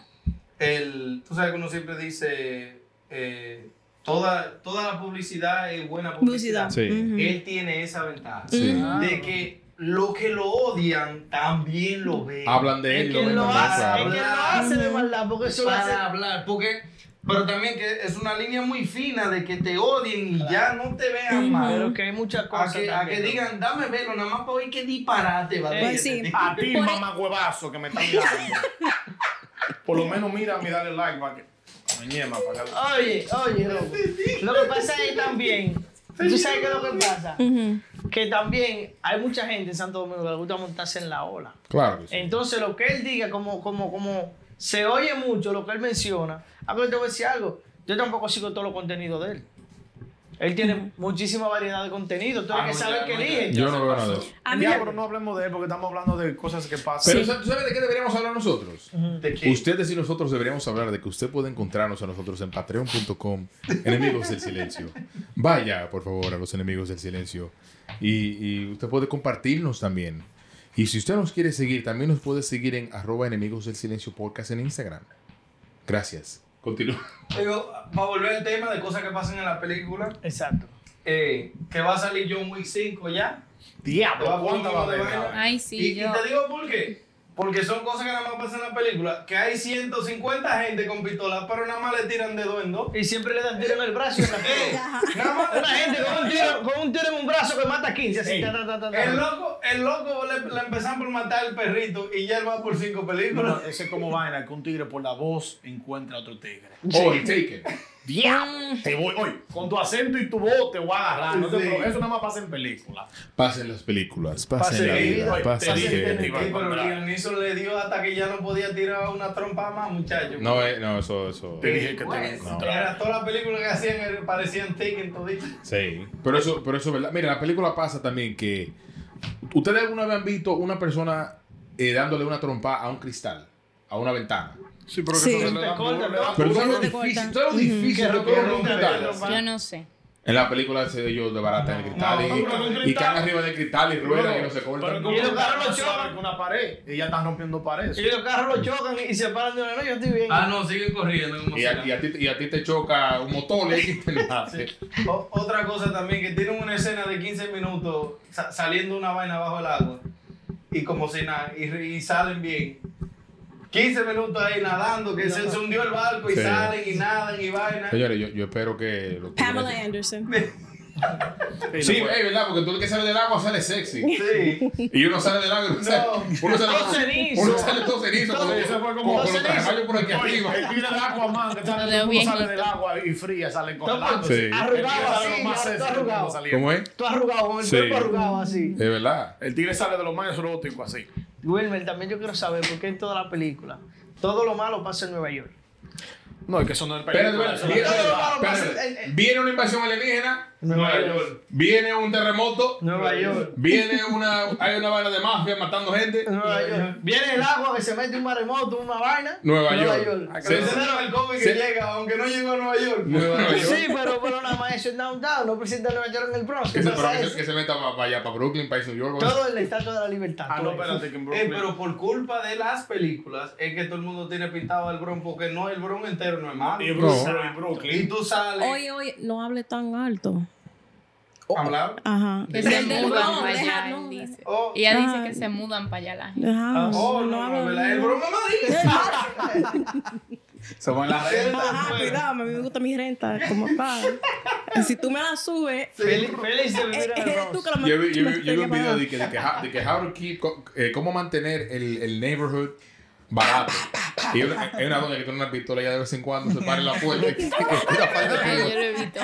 el. Tú sabes que uno siempre dice. eh, toda, toda la publicidad es buena publicidad. Publicidad. Sí. Ujú. Él tiene esa ventaja. Sí. Ujú. De que lo que lo odian también lo ven. Hablan de Es él, que él ven lo también, hace, claro. es que él lo hace de maldad, porque eso lo para hace. hablar, porque pero también que es una línea muy fina de que te odien y ya no te vean Pero mal. que hay muchas A cosas. que, a también, que ¿no? digan, dame velo, nada más para oír qué disparate va a Eh, decir. Ah, sí. A ti, Por- e- mamá huevazo, que me estás mirando. Por lo menos mírame y dale like para que. Mañema, para que. Oye, oye, loco. Lo que pasa es también. ¿Tú sabes qué es lo que pasa? Ujú. Que también hay mucha gente en Santo Domingo que le gusta montarse en la ola. Claro que Pues sí. Eh, Entonces, lo que él diga, como, como, como se oye mucho lo que él menciona, ahora te voy a decir algo. Yo tampoco sigo todos los contenidos de él. Él tiene muchísima variedad de contenido. Tú Ah, tienes que no, saber ya, qué no, ya. elige. yo no veo nada de eso. A mí, Ya, pero no hablemos de él porque estamos hablando de cosas que pasan. Pero ¿tú sabes de qué deberíamos hablar nosotros? ¿De qué? Ustedes y nosotros deberíamos hablar de que usted puede encontrarnos a nosotros en patreon.com, enemigos del silencio. Vaya, por favor, a los enemigos del silencio. Y, y usted puede compartirnos también. Y si usted nos quiere seguir, también nos puede seguir en arroba enemigos del silencio podcast en Instagram. Gracias. Continúa. Digo, para volver al tema de cosas que pasan en la película, Exacto. eh, que va a salir John Wick 5 ya. Te va a Diablo, ¿cuánta poner va a de haber? vaina. Ay, sí, y, y yo. te digo por qué. Porque son cosas que nada más pasan en la película, que hay 150 gente con pistola, pero nada más le tiran de dos en dos. Y siempre le dan tiro en el brazo y en la Eh, pierna. nada más le Una gente con un, tiro, con un tiro en un brazo que mata 15. Así, Ey. ta, ta, ta, ta, ta. El loco, el loco le, le empezaron por matar al perrito y ya él va por cinco películas. No, ese es como vaina que un tigre por la voz encuentra a otro tigre. Oh, el Taken. ¡Diablo! Te voy, oye, con tu acento y tu voz te voy a agarrar. No te Sí. preocupes, eso nada más pasa en películas. Pasen las películas, pasen, Pasen la la vida, vida. pasen Pasen que- la Sí, vida. pero Lioniso le dio hasta que ya no podía tirar una trompa más, muchacho. No, eh, no, eso, eso. Te dije que te voy a Pues, encontrar. Era todas las películas que hacían eh, parecían Taken todito. Sí. Pero eso, pero eso, ¿verdad? Mira, la película pasa también que. ¿Ustedes alguna vez han visto una persona eh, dándole una trompa a un cristal? A una ventana. Sí, pero que Sí. eso se le da duro, le da Pero tú sabes lo Cuando Ah, te difícil, cortan. tú sabes lo difícil Ujú. que todo es un Nunca cristal. le da trompa. Yo no sé. En la película se ellos desbaratan el cristal No, y, no, pero un y cristal. caen arriba del cristal y ruedan y no se Pero cortan. como Y los un carros carro chocan. chocan con una pared y ya están rompiendo paredes. Y los carros lo chocan y se paran de una. No, yo estoy bien. Ah, no, siguen corriendo. Y a, y a ti, y a ti te choca un motor y te nace. otra cosa también, que tienen una escena de 15 minutos sa- saliendo una vaina bajo el agua y como si nada, y, re- y salen bien. 15 minutos ahí nadando, que se, se hundió el barco y Sí. salen y nadan y vaina. Señores, yo, yo espero que los Pamela tigres- Anderson. Sí, es verdad, porque tú el que sale del agua sale sexy. Sí. Y uno sale del agua y uno sale, uno sale, Todo cenizo. uno sale todo cenizo. con- Eso fue como- con- con los trajemallos por aquí Oye, arriba. el tigre de Aquaman que sale, Lo todo el veo mundo bien sale lindo. del agua y fría, salen congelando. Sí. Arrugado así, ya, todo arrugado. ¿Cómo es? Tú arrugado, con el Sí. cuerpo arrugado así. Es verdad. El tigre sale de los más eróticos así. Wilmer, también yo quiero saber por qué en toda la película todo lo malo pasa en Nueva York. No, es que eso no es el Espérate, película, espérate, eso viene- es- espérate. Viene una invasión alienígena, Nueva York. viene un terremoto, Nueva York. viene una, hay una bala de mafia matando gente. Nueva York. Viene el agua que se mete un maremoto, una vaina. Nueva York. Se Sí. encerraron el cómic Sí. que llega, aunque no llegó a Nueva York. Eh, Nueva York. Sí, pero, pero nada más eso es downtown, no presenta Nueva York en el Bronx. ¿Qué Que se, pasa pero que eso? se- que se meta para allá, para Brooklyn, para New York. Todo en la Estatua de la Libertad. Ah, no, todo eso. espérate, que en Eh, Brooklyn- pero por culpa de las películas es que todo el mundo tiene pintado el bron porque no, el bron entero no es malo. Y Y, Bruce- No. y Brooklyn. tú sales Oye, oye, no hable tan alto. a hablar. Ajá. Del- Que se del- mudan no, para deja, allá. no, él dice. Oh, Ella dice Ah. que se mudan para allá la gente. deja, oh, no, no, hable- ¿verdad? el bron mamadísimo. Somos en la red. Ajá, cuidado, a mí me gusta mi renta como tal. Y si tú me la subes, Feliz, feliz de eh, vivir en el eres tú Bronx. que lo me- Yo vi, yo me vi- yo estoy vi un video llamando. de que, de que how, de que how to keep, co- eh, cómo mantener el, el neighborhood barato. Y hay una, hay una doña que tiene una pistola ya de vez en cuando, se para en la puerta y tira para Ay, el yo tiro. lo evito.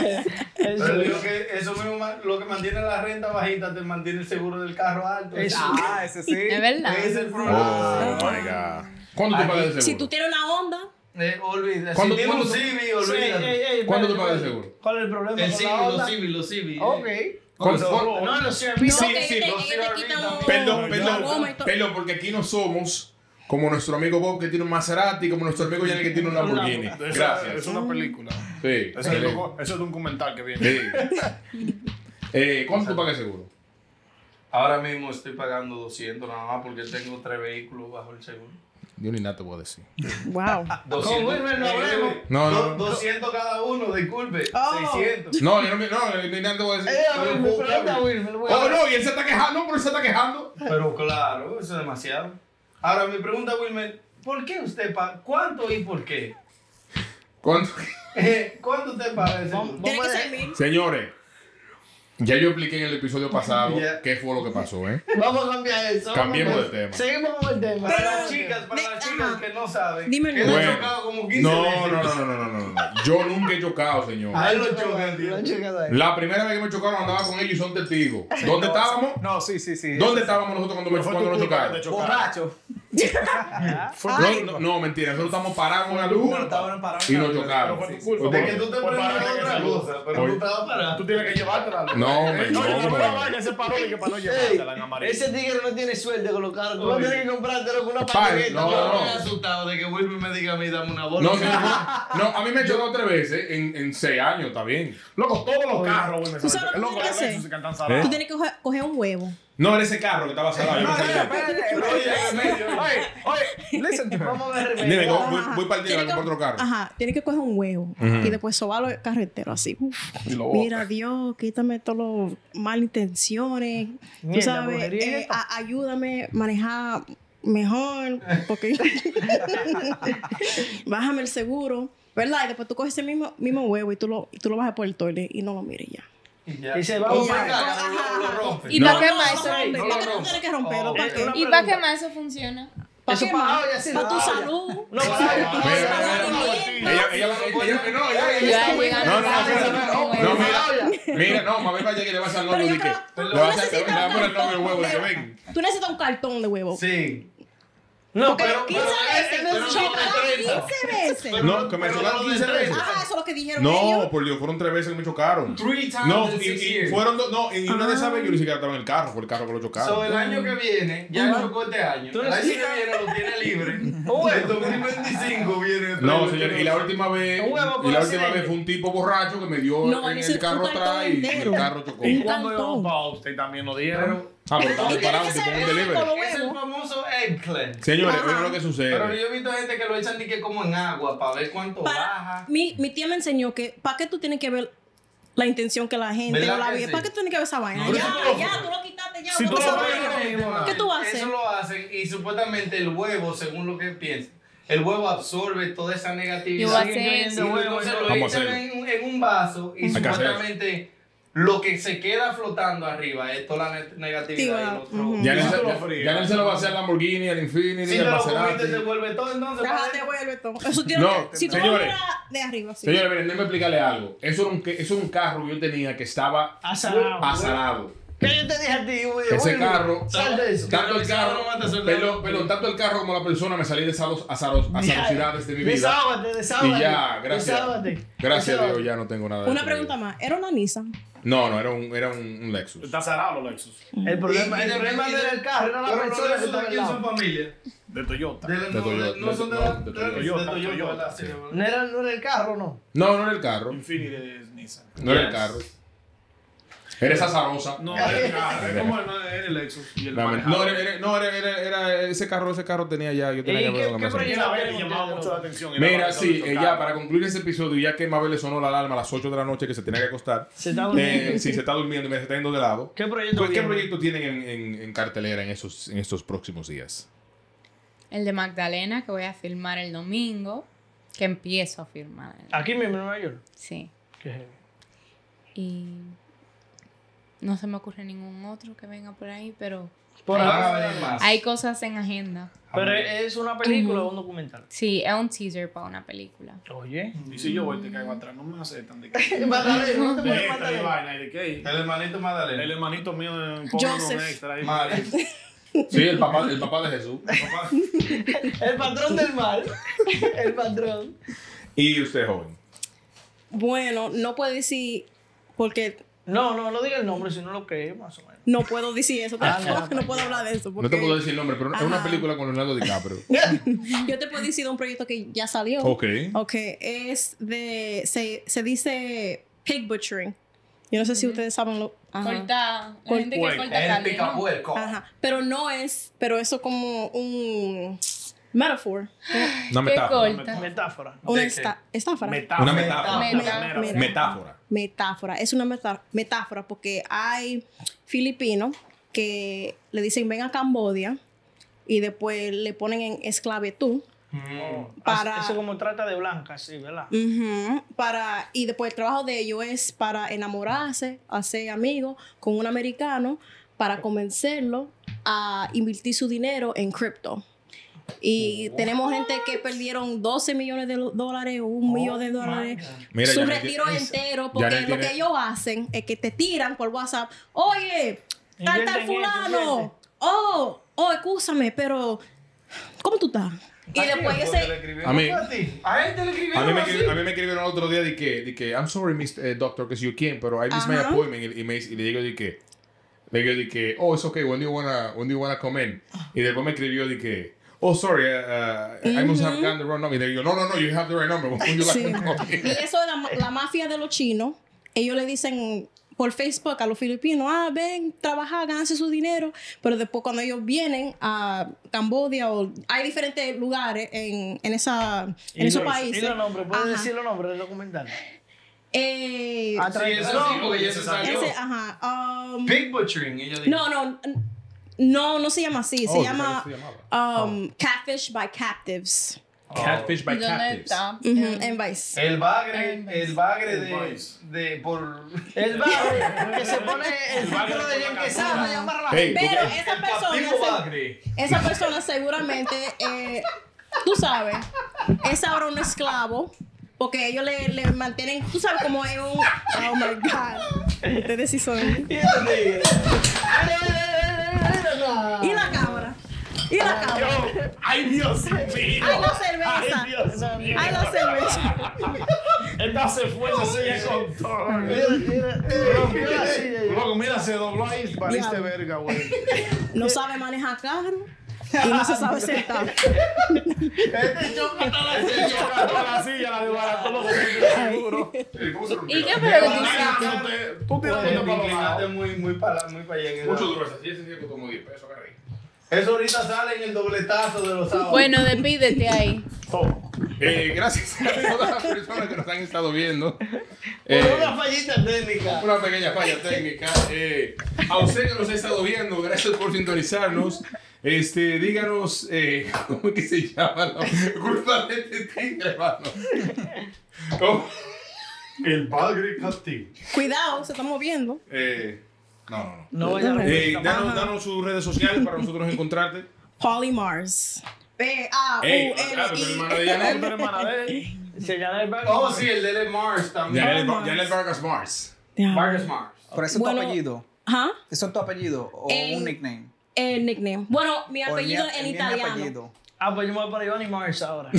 Pero Eso. digo que eso mismo ma- lo que mantiene la renta bajita te mantiene el seguro del carro alto. Eso. Ah, ese sí. Es verdad. Ese es el problema. Oh my god. ¿Cuándo tú pagas el Si tú seguro? tienes una onda, Eh, olvida. Si ¿Cuándo- tiene un cuándo- Civi, Sí, olvídate. ey, ey, ¿Cuándo espérate, tú pagas el espérate. seguro? ¿Cuál es el problema? El con Civi, la los onda? Civi, los Civi. eh. Ok. ¿Cuándo- Solo- cuándo- No, los no, servicios. Sí, que sí, ellos no, te, sí, ellos te ahorita. quitan un- Perdón, un goma y perdón, todo. perdón, porque aquí no somos como nuestro amigo Bob que tiene un Maserati, como nuestro amigo Yannick que tiene un Lamborghini. Eso- Es Gracias. una película. Sí. Eso es, loco- eso es un documental que viene. Sí. Eh, ¿Cuándo tú pagas el seguro? Ahora mismo estoy pagando 200 nada más porque tengo tres vehículos bajo el seguro. Yo ni nada te voy a decir. Wow. 200. Con Wilmer no Eh, hablemos. No, no, do- no. 200 cada uno, disculpe. Oh. 600. No, yo no, me- no, ni nada te voy a decir. Eh, Wilmer, pero anda, Wilmer, Wilmer. Oh, no, y él se está quejando, pero él se está quejando. Pero claro, eso es demasiado. Ahora, mi pregunta, Wilmer, ¿por qué usted paga? ¿Cuánto y por qué? ¿Cuánto? Eh, ¿Cuánto usted paga ese seguro? Tiene que Vamos a ser mil. Señores, ya yo expliqué en el episodio pasado Ya. qué fue lo que pasó, ¿eh? Vamos a cambiar eso. Cambiemos Vamos a- de tema. Seguimos con el tema. Para las chicas, para de- las chicas ajá. que no saben. Dime que el lo Bueno. he chocado como 15 No, no, veces. no, no, no, no, no, no. Yo nunca he chocado, señor. A él lo chocan, No, tío. chicas, ahí. La primera vez que me chocaron andaba con ellos y son testigos. ¿Dónde No, estábamos? No, sí, sí, sí. ¿Dónde estábamos nosotros cuando, me, Pero fue cuando tu nos culpa que chocaron? te chocaron. Borracho. No, no, no, mentira, nosotros estamos parados en la luz No, estaban parados y en la nos luz, chocaron. Fue tu culpa. De que tú te Fue prendes pararte a en otra esa luz. cosa, pero Oye. tú estabas parado. Tú tienes que llevártela. No, me- Eh, no, no, yo me- la vaina se paró y que para no llevártela en amarillo. Ese tigre no tiene suerte con los carros. Tú vas a tener que comprártelo con una Pan, patineta. no, Yo no. estoy asustado de que Wilmer me diga a mí, dame una bola. No, señor, no, a mí me he chocado tres veces en, en seis años, está bien. Loco, todos los carros, güey, me ¿Tú saben- sabes lo que Loco, tienes que los hacer? se cantan salados. Tú tienes que coger, coger un huevo. No era ese carro que estaba salado. yo no sabía. Pero oye, en medio, Oye, oye, Listen to her. Vamos a ver remedio. Dime, voy, Ajá. voy para el día, voy Tienes para que- otro carro. Ajá, tienes que coger un huevo Ujú. y después sobarlo el carretero así. Uf, Y lo bota. mira, Dios, quítame todas las malintenciones. Tú Mierda, sabes, brujería. eh, a- ayúdame a manejar mejor, porque bájame el seguro, ¿verdad? Y después tú coges ese mismo, mismo huevo y tú lo, y tú lo bajas por el toilet y no lo mires ya. y ya. Y se va a Y ya, opacar. ya, lo- lo- lo rompe. ¿Y No. para qué No, más no, eso? no, no no, lo ¿Para qué tú rompas. tienes que romperlo? Oh, ¿Para eh, qué? una ¿Y para qué más eso funciona? ¿Para Eso qué pa- más? ah, ya sí, Para tu ah, ya. salud. No, para- para- para- Mira, para- mira, mira. Ella, ella, ella, ella- no, ella- ella- Yo ya llegando No, no, a casa, no, me no, voy. mira, mira, no, mami, vaya que le vas al novio, Pero yo di que- le creo- vas tú a le vas a necesitas poner el nombre del un huevo, di que cartón. ven. Tú necesitas un cartón de huevo. Sí. No, Porque pero. este 15 veces, pero no chocaron te 15 veces. Pero No, que me pero chocaron lo de 15 veces. Ajá, eso es lo que dijeron No, ellos. por Dios, fueron tres veces que me chocaron. Three times No, in y, six y years. fueron dos, no, y una de Ah. esas veces yo ni siquiera estaba en el carro, fue el carro que lo So, chocaron. el año que viene, ya chocó este año. Tú El año que necesitas- viene lo tiene libre. Oh, El 2025 viene. No, señor, y la última vez, Un huevo y por la última accidente. vez fue un tipo borracho que me dio No, en ese el es carro un cartón atrás y el entero. carro chocó. Y Un cuando yo cantón. para usted también lo dieron. Ah, pero estamos Y tiene que parados, como ser un blanco delivery. los Es el huevos. famoso eggplant. Señores, Ajá. eso es lo que Pero sucede. yo he visto gente que lo echan ni que como en agua para ver cuánto Para- baja. mi, mi tía me enseñó que para qué tú tienes que ver la intención que la gente ¿Verdad o la que vida, sí? para qué tú tienes que ver esa vaina. No, ya, pero si tú lo- ya, tú lo quitaste, ya, si bota tú esa lo vaina. ves, ¿Qué tú haces? Eso lo hacen y supuestamente el huevo, según lo que piensan, el huevo absorbe toda esa negatividad. Yo voy a Y hacer entonces eso. lo Vamos a echan hacerlo. en, un- en un vaso y Hay que hacer supuestamente Lo que se queda flotando arriba es toda la ne- negatividad y Sí, el va. otro. Ujú. Ya el no otro se- lo frío. ya- ya no se lo va a hacer al Lamborghini, al Infinity, Si te al lo comiste, Maserati. se vuelve todo. Entonces, Ajá, padre, devuelve todo. Eso tiene No, que- si tú señores. compras de arriba, sí. Señores, miren, déjenme explicarle algo. Eso era, un, que- eso era un carro que yo tenía que estaba Azarado. azarado. ¿Qué yo te dije a ti, güey? Ese Oye, carro, Sal de eso. tanto el carro, No mata, soldado. perdón, perdón, tanto el carro como la persona me salí de esas dos azaros- azarosidades de mi vida. Desahógate, desahógate. Y ya, gracias. Desahógate. Gracias a Desahógate. Dios, ya no tengo nada. de Una eso. pregunta más. ¿Era una Nissan? No, no, era un, era un un Lexus. Está cerrado los Lexus. El problema, Y- y- el problema y- no era el carro, era la Pero los persona que de estaba de al quién son lado. familia. De Toyota. De la- De no, de- Toyota, no son de de- la no, de de Toyota. Toyota, de Toyota, Toyota, sí. sí, No era, no era el carro, no. No, no era el carro. Infinity de Nissan. No era el carro. Eres azarosa. No, era el carro. ¿Cómo no era el Lexus? Y el Ah, No, manejador. no, era, era- no, era- era- era- ese carro, ese carro tenía ya, yo tenía ¿Y que qué- verlo qué con esa. proyecto? Mira, a ver, me llamaba mucho la atención. Era Mira, varios sí, otros eh, ya carros. para concluir ese episodio, ya que Mabel le sonó la alarma a las 8 de la noche que se tenía que acostar. Se está Eh, durmiendo. si se está durmiendo y me está yendo de lado. ¿Qué proyecto? Pues, ¿Qué viene? proyecto tienen en, en- en cartelera en esos, en estos próximos días? El de Magdalena, que voy a filmar el domingo, que empiezo a filmar. Aquí mismo en Nueva York. Sí. ¿Qué? Y no se me ocurre ningún otro que venga por ahí, pero Por Van a ahora. venir más. hay cosas en agenda. Pero es una película o un documental. Sí, es un teaser para una película. Oye. Y si yo voy, te caigo atrás. No me aceptan de que. Matale, no te De puedes extra, de matar. vaina, y de qué. El hermanito Madalena. El hermanito mío eh, ponme unos Joseph. extra ahí. Mario. Sí, el papá, el papá de Jesús. Papá. El patrón del mal. El patrón. Y usted, joven. Bueno, no puedo decir porque No, no, no diga el nombre, sino lo que es, más o menos. no puedo decir eso Ah, tampoco, no. no puedo hablar de eso. No te Porque puedo decir el nombre, pero es una Ajá. película con Leonardo DiCaprio. Yo te puedo decir de un proyecto que ya salió. ok. Ok, es de. Se, se dice pig butchering. Yo no sé si ustedes saben lo. ajá. Corta, la Cor- gente que corta El carne, ¿no? picapuerco. Ajá. Pero no es. Pero eso como un. Metaphor. Una ¿Qué metáfora. corta? Metáfora. Una qué? esta, estáfora. Metáfora. Una metáfora. Metáfora. Meta- Metáfora. metáfora. Es una meta- metáfora porque hay filipinos que le dicen ven a Cambodia y después le ponen en esclavitud Mm. Para- Eso como trata de blanca, sí, ¿verdad? Ujú, para, y después el trabajo de ellos es para enamorarse, hacer amigos con un americano, para convencerlo a invertir su dinero en cripto. Oh. Y tenemos gente que perdieron 12 millones de lo- dólares, Oh un millón de dólares. Mira, su Janet- retiro entero, porque Janet lo tiene- que ellos hacen es que te tiran por WhatsApp, oye, tal Invierte en tal esto, invierte". fulano, oh, oh, escúchame, pero, ¿cómo tú estás? Y ¿A después quién fue que le ese, escribieron? A mí. ¿Fue ti? A él te le escribieron A mí, me así. escribieron, a mí me escribieron el otro día de que, de que I'm sorry, Mr. eh, doctor, que si yo quien, pero I missed my Ajá. appointment. Y, y me, dice- y le digo de que, le digo de que, oh, it's okay, when do you wanna, when do you wanna come in? Y después me escribió de que, oh, sorry, uh, uh, I must have gotten the wrong number. Y le digo, no, no, no, you have the right number. When you Sí. gotta call me?" y eso de la, ma- la mafia de los chinos, ellos le dicen por Facebook a los filipinos, ah, ven, trabajar, gánense su dinero, pero después cuando ellos vienen a Cambodia o hay diferentes lugares en, en, esa, en Y esos lo- países. Y los nombres, Ajá. ¿puedes decir los nombres del documental? Eh, Ah, Sí, eso sí, porque ya se salió. ese, ajá, um, Pig butchering, ella dijo. No, no, n- no, no se llama así. Se Oh, llama ¿cómo se llamaba? um, Catfish by Captives Catfish ¿Y by dónde Captives. está? ujú, Eh, en Vice. El bagre, el bagre El de, Vice. de por El barrio que se pone el El barrio círculo de de Jan Coca-Cola. Quesada y amarra la Hey, gente. tú- Pero esa persona, captivo se- bagre. esa persona seguramente, eh, tú sabes, es ahora un esclavo. Porque ellos le, le mantienen, tú sabes cómo es un. Oh my God. Ustedes sí son. Y el tigre. Ay, ay, ay, ay, ay, no. Y la cámara. Y la cámara. Ay, Dios mío. Ay, la cerveza. Ay, Dios mío. Ay, la cerveza. Esta se fue, se sigue con todo. ¿eh? Mira, mira, rompió la silla y- Loco, mira, se dobló ahí. Pariste Diablo. verga, güey. No sabe manejar carro. Y no se sabe sentar. Este Se chocó toda la silla, la desbarató, loco, seguro. ¿Y qué fue lo que tú Ah, hiciste? tú te- Tú Pues, tiraste te para los inclinaste lados. muy, muy para, muy para allá. en el- Mucho duro, así es, así es como 10 pesos, carril. Eso ahorita sale en el dobletazo de los sábados. Bueno, despídete ahí. Toma. Eh, gracias a todas las personas que nos han estado viendo. Por Eh, una fallita técnica. Una pequeña falla técnica. Eh, a usted que nos ha estado viendo, gracias por sintonizarnos. Este, díganos, eh, ¿cómo es que se llama? la Culpa de este tigre, hermano. ¿Cómo? El padre Castillo. Cuidado, se está moviendo. Eh, no, no, no. No vaya a Eh, ver. danos, danos sus redes sociales para nosotros encontrarte. Holly Mars. P A Ah, U Ey, L claro, tu hermana de I. Janet. Se llama el pues, barco. Oh, sí, el de Mars también. Janet Var- Janet Vargas Mars. Ya. Vargas Mars. Pero ese es Bueno, tu apellido. Ajá. ¿Eso es tu apellido o En- un nickname? El nickname. Bueno, mi O el apellido mío- el en mío es mi italiano. apellido. Ah, pues yo me voy para Johnny Mars ahora.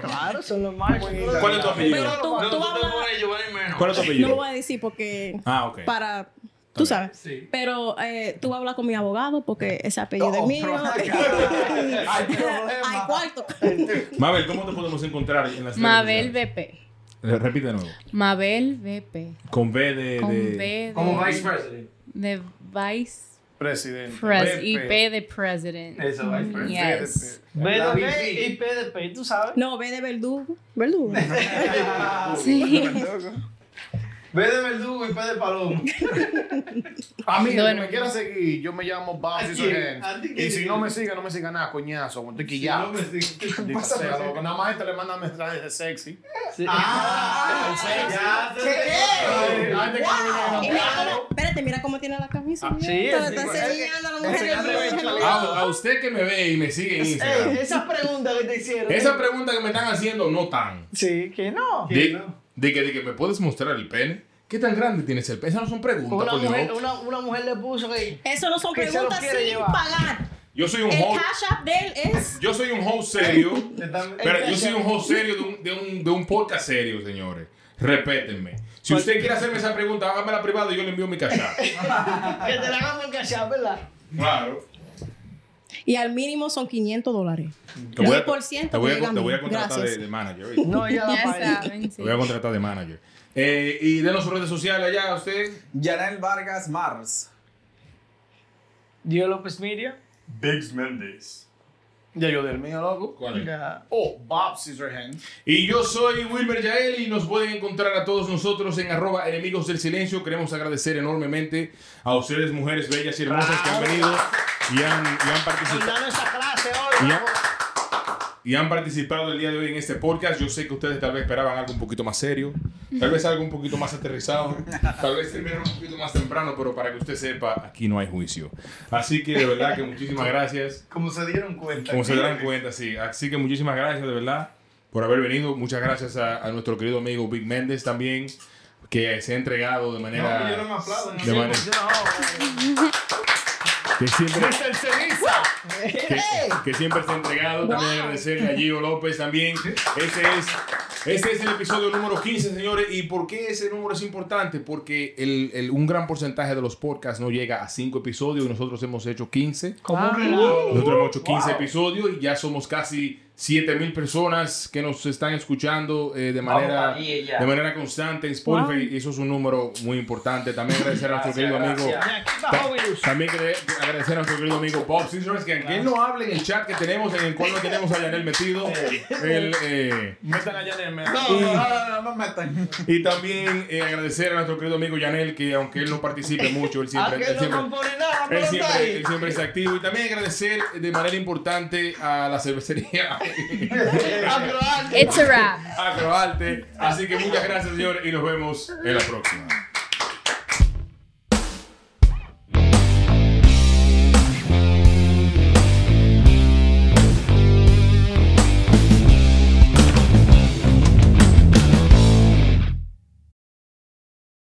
claro, son los Mars. ¿Cuál es tu apellido? Pero tú, No, tú tú te hablas- pones Giovanni Menos. ¿Cuál es tu No lo apellido? voy a decir porque. Ah, ok. Para. Tú Está sabes. Sí. Pero eh, tú vas a hablar con mi abogado porque ese apellido es Oh, mío. pero acá Hay Hay problema. cuarto. Mabel, ¿cómo te podemos encontrar en las redes Mabel sociales? VP. Eh, Repite de nuevo. Mabel VP. Con B de. Con de- B de, Como Vice President. de Vice Presidente. Pres y VP. P de President. Eso, Mm. Vice President. Yes. B La de bici. B y P de P, tú sabes. No, ve de verdugo. Verdugo. Sí. B de verdugo y P de palomo. A mí, el que Bueno. me quiera seguir, yo me llamo Bouncy ¿A quién? ¿A Sohen. ti quién Y si es? no me siga, no me siga nada, coñazo. Cuando estoy Ya. quillado. Digo, sea, loco, Nada más gente le manda mensajes de sexy. Ah, ya. Ay, la gente que Ah, no viene Y mira cómo- enamorado. espérate, mira cómo tiene la camisa. Ah, Sí, Mira, sí, está bueno. enseñando a la mujer. Enseñando del- el A, a usted que me ve y me sigue en Instagram. Ey, esas preguntas que te hicieron. Esa pregunta que me están haciendo no tan. Sí, que no. De, de que, de que me puedes mostrar el pene. ¿Qué tan grande tienes el pene? Esas no son preguntas, Una por Dios. mujer, una, una mujer le puso que. Eso no son Que se lo preguntas quiere sin llevar. pagar. Yo soy un El host. cash app de él es. Yo soy un host serio. pero el yo soy un host serio de un, de un, de un podcast serio, señores. Repétenme. Si usted quiere hacerme esa pregunta, hágamela privada y yo le envío mi cachá. Que te la hagan por cachar, ¿verdad? Claro. Y al mínimo son 500 dólares. Te voy a, 10% te voy a- que digan te voy a no. contratar de, Gracias. de manager. ¿oíste? No, ella la Ya paga. saben, sí. Te voy a contratar de manager. Eh, y denos sus redes sociales allá, usted. Janel Vargas Mars. Diego López Miria. Biggs Mendes. Ya yo del mío, loco. ¿Cuál es? Ya. Oh, Bob Scissorhands. Y yo soy Wilmer Yael y nos pueden encontrar a todos nosotros en arroba enemigos del silencio. Queremos agradecer enormemente a ustedes, mujeres bellas y hermosas que han venido y han, y han participado. Dando esa clase Y hoy. han, y han participado el día de hoy en este podcast. Yo sé que ustedes tal vez esperaban algo un poquito más serio, tal vez algo un poquito más aterrizado, tal vez terminaron un poquito más temprano, pero para que usted sepa, aquí no hay juicio. Así que de verdad que muchísimas gracias. Como se dieron cuenta. Como se darán cuenta, sí. Así que muchísimas gracias, de verdad, por haber venido. Muchas gracias a, a nuestro querido amigo Big Méndez también, que se ha entregado de manera. No, yo no me aplaudo, no de me manera- que siempre, que, que siempre se ha entregado. También agradecerle a Gio López también. Ese es. Este es el episodio número 15, señores. ¿Y por qué ese número es importante? Porque el, el- un gran porcentaje de los podcasts no llega a 5 episodios y nosotros hemos hecho 15. Como un Uh, relajo. Nosotros hemos hecho 15 episodios y ya somos casi 7000 personas que nos están escuchando eh, de, manera, pa' diez ya. de manera constante en Spotify. Y eso es un número muy importante. También agradecer a nuestro Gracias, querido amigo. gracias. De aquí para ta- Hobilus. También quere- agradecer a nuestro querido amigo Bob Scissors, que aunque él no hable en el chat que tenemos, en el cual no tenemos a Yanel metido, él, eh, Metan allá en el medio. No, no, no, no, no me metan. y también eh, agradecer a nuestro querido amigo Yanel, que aunque él no participe mucho, él siempre, Aunque él no siempre, compone nada, pero él está siempre, ahí. él siempre está activo. Y también agradecer de manera importante a la cervecería Afroarte. It's a wrap. Acroarte. Así que muchas gracias, señor, y nos vemos en la próxima.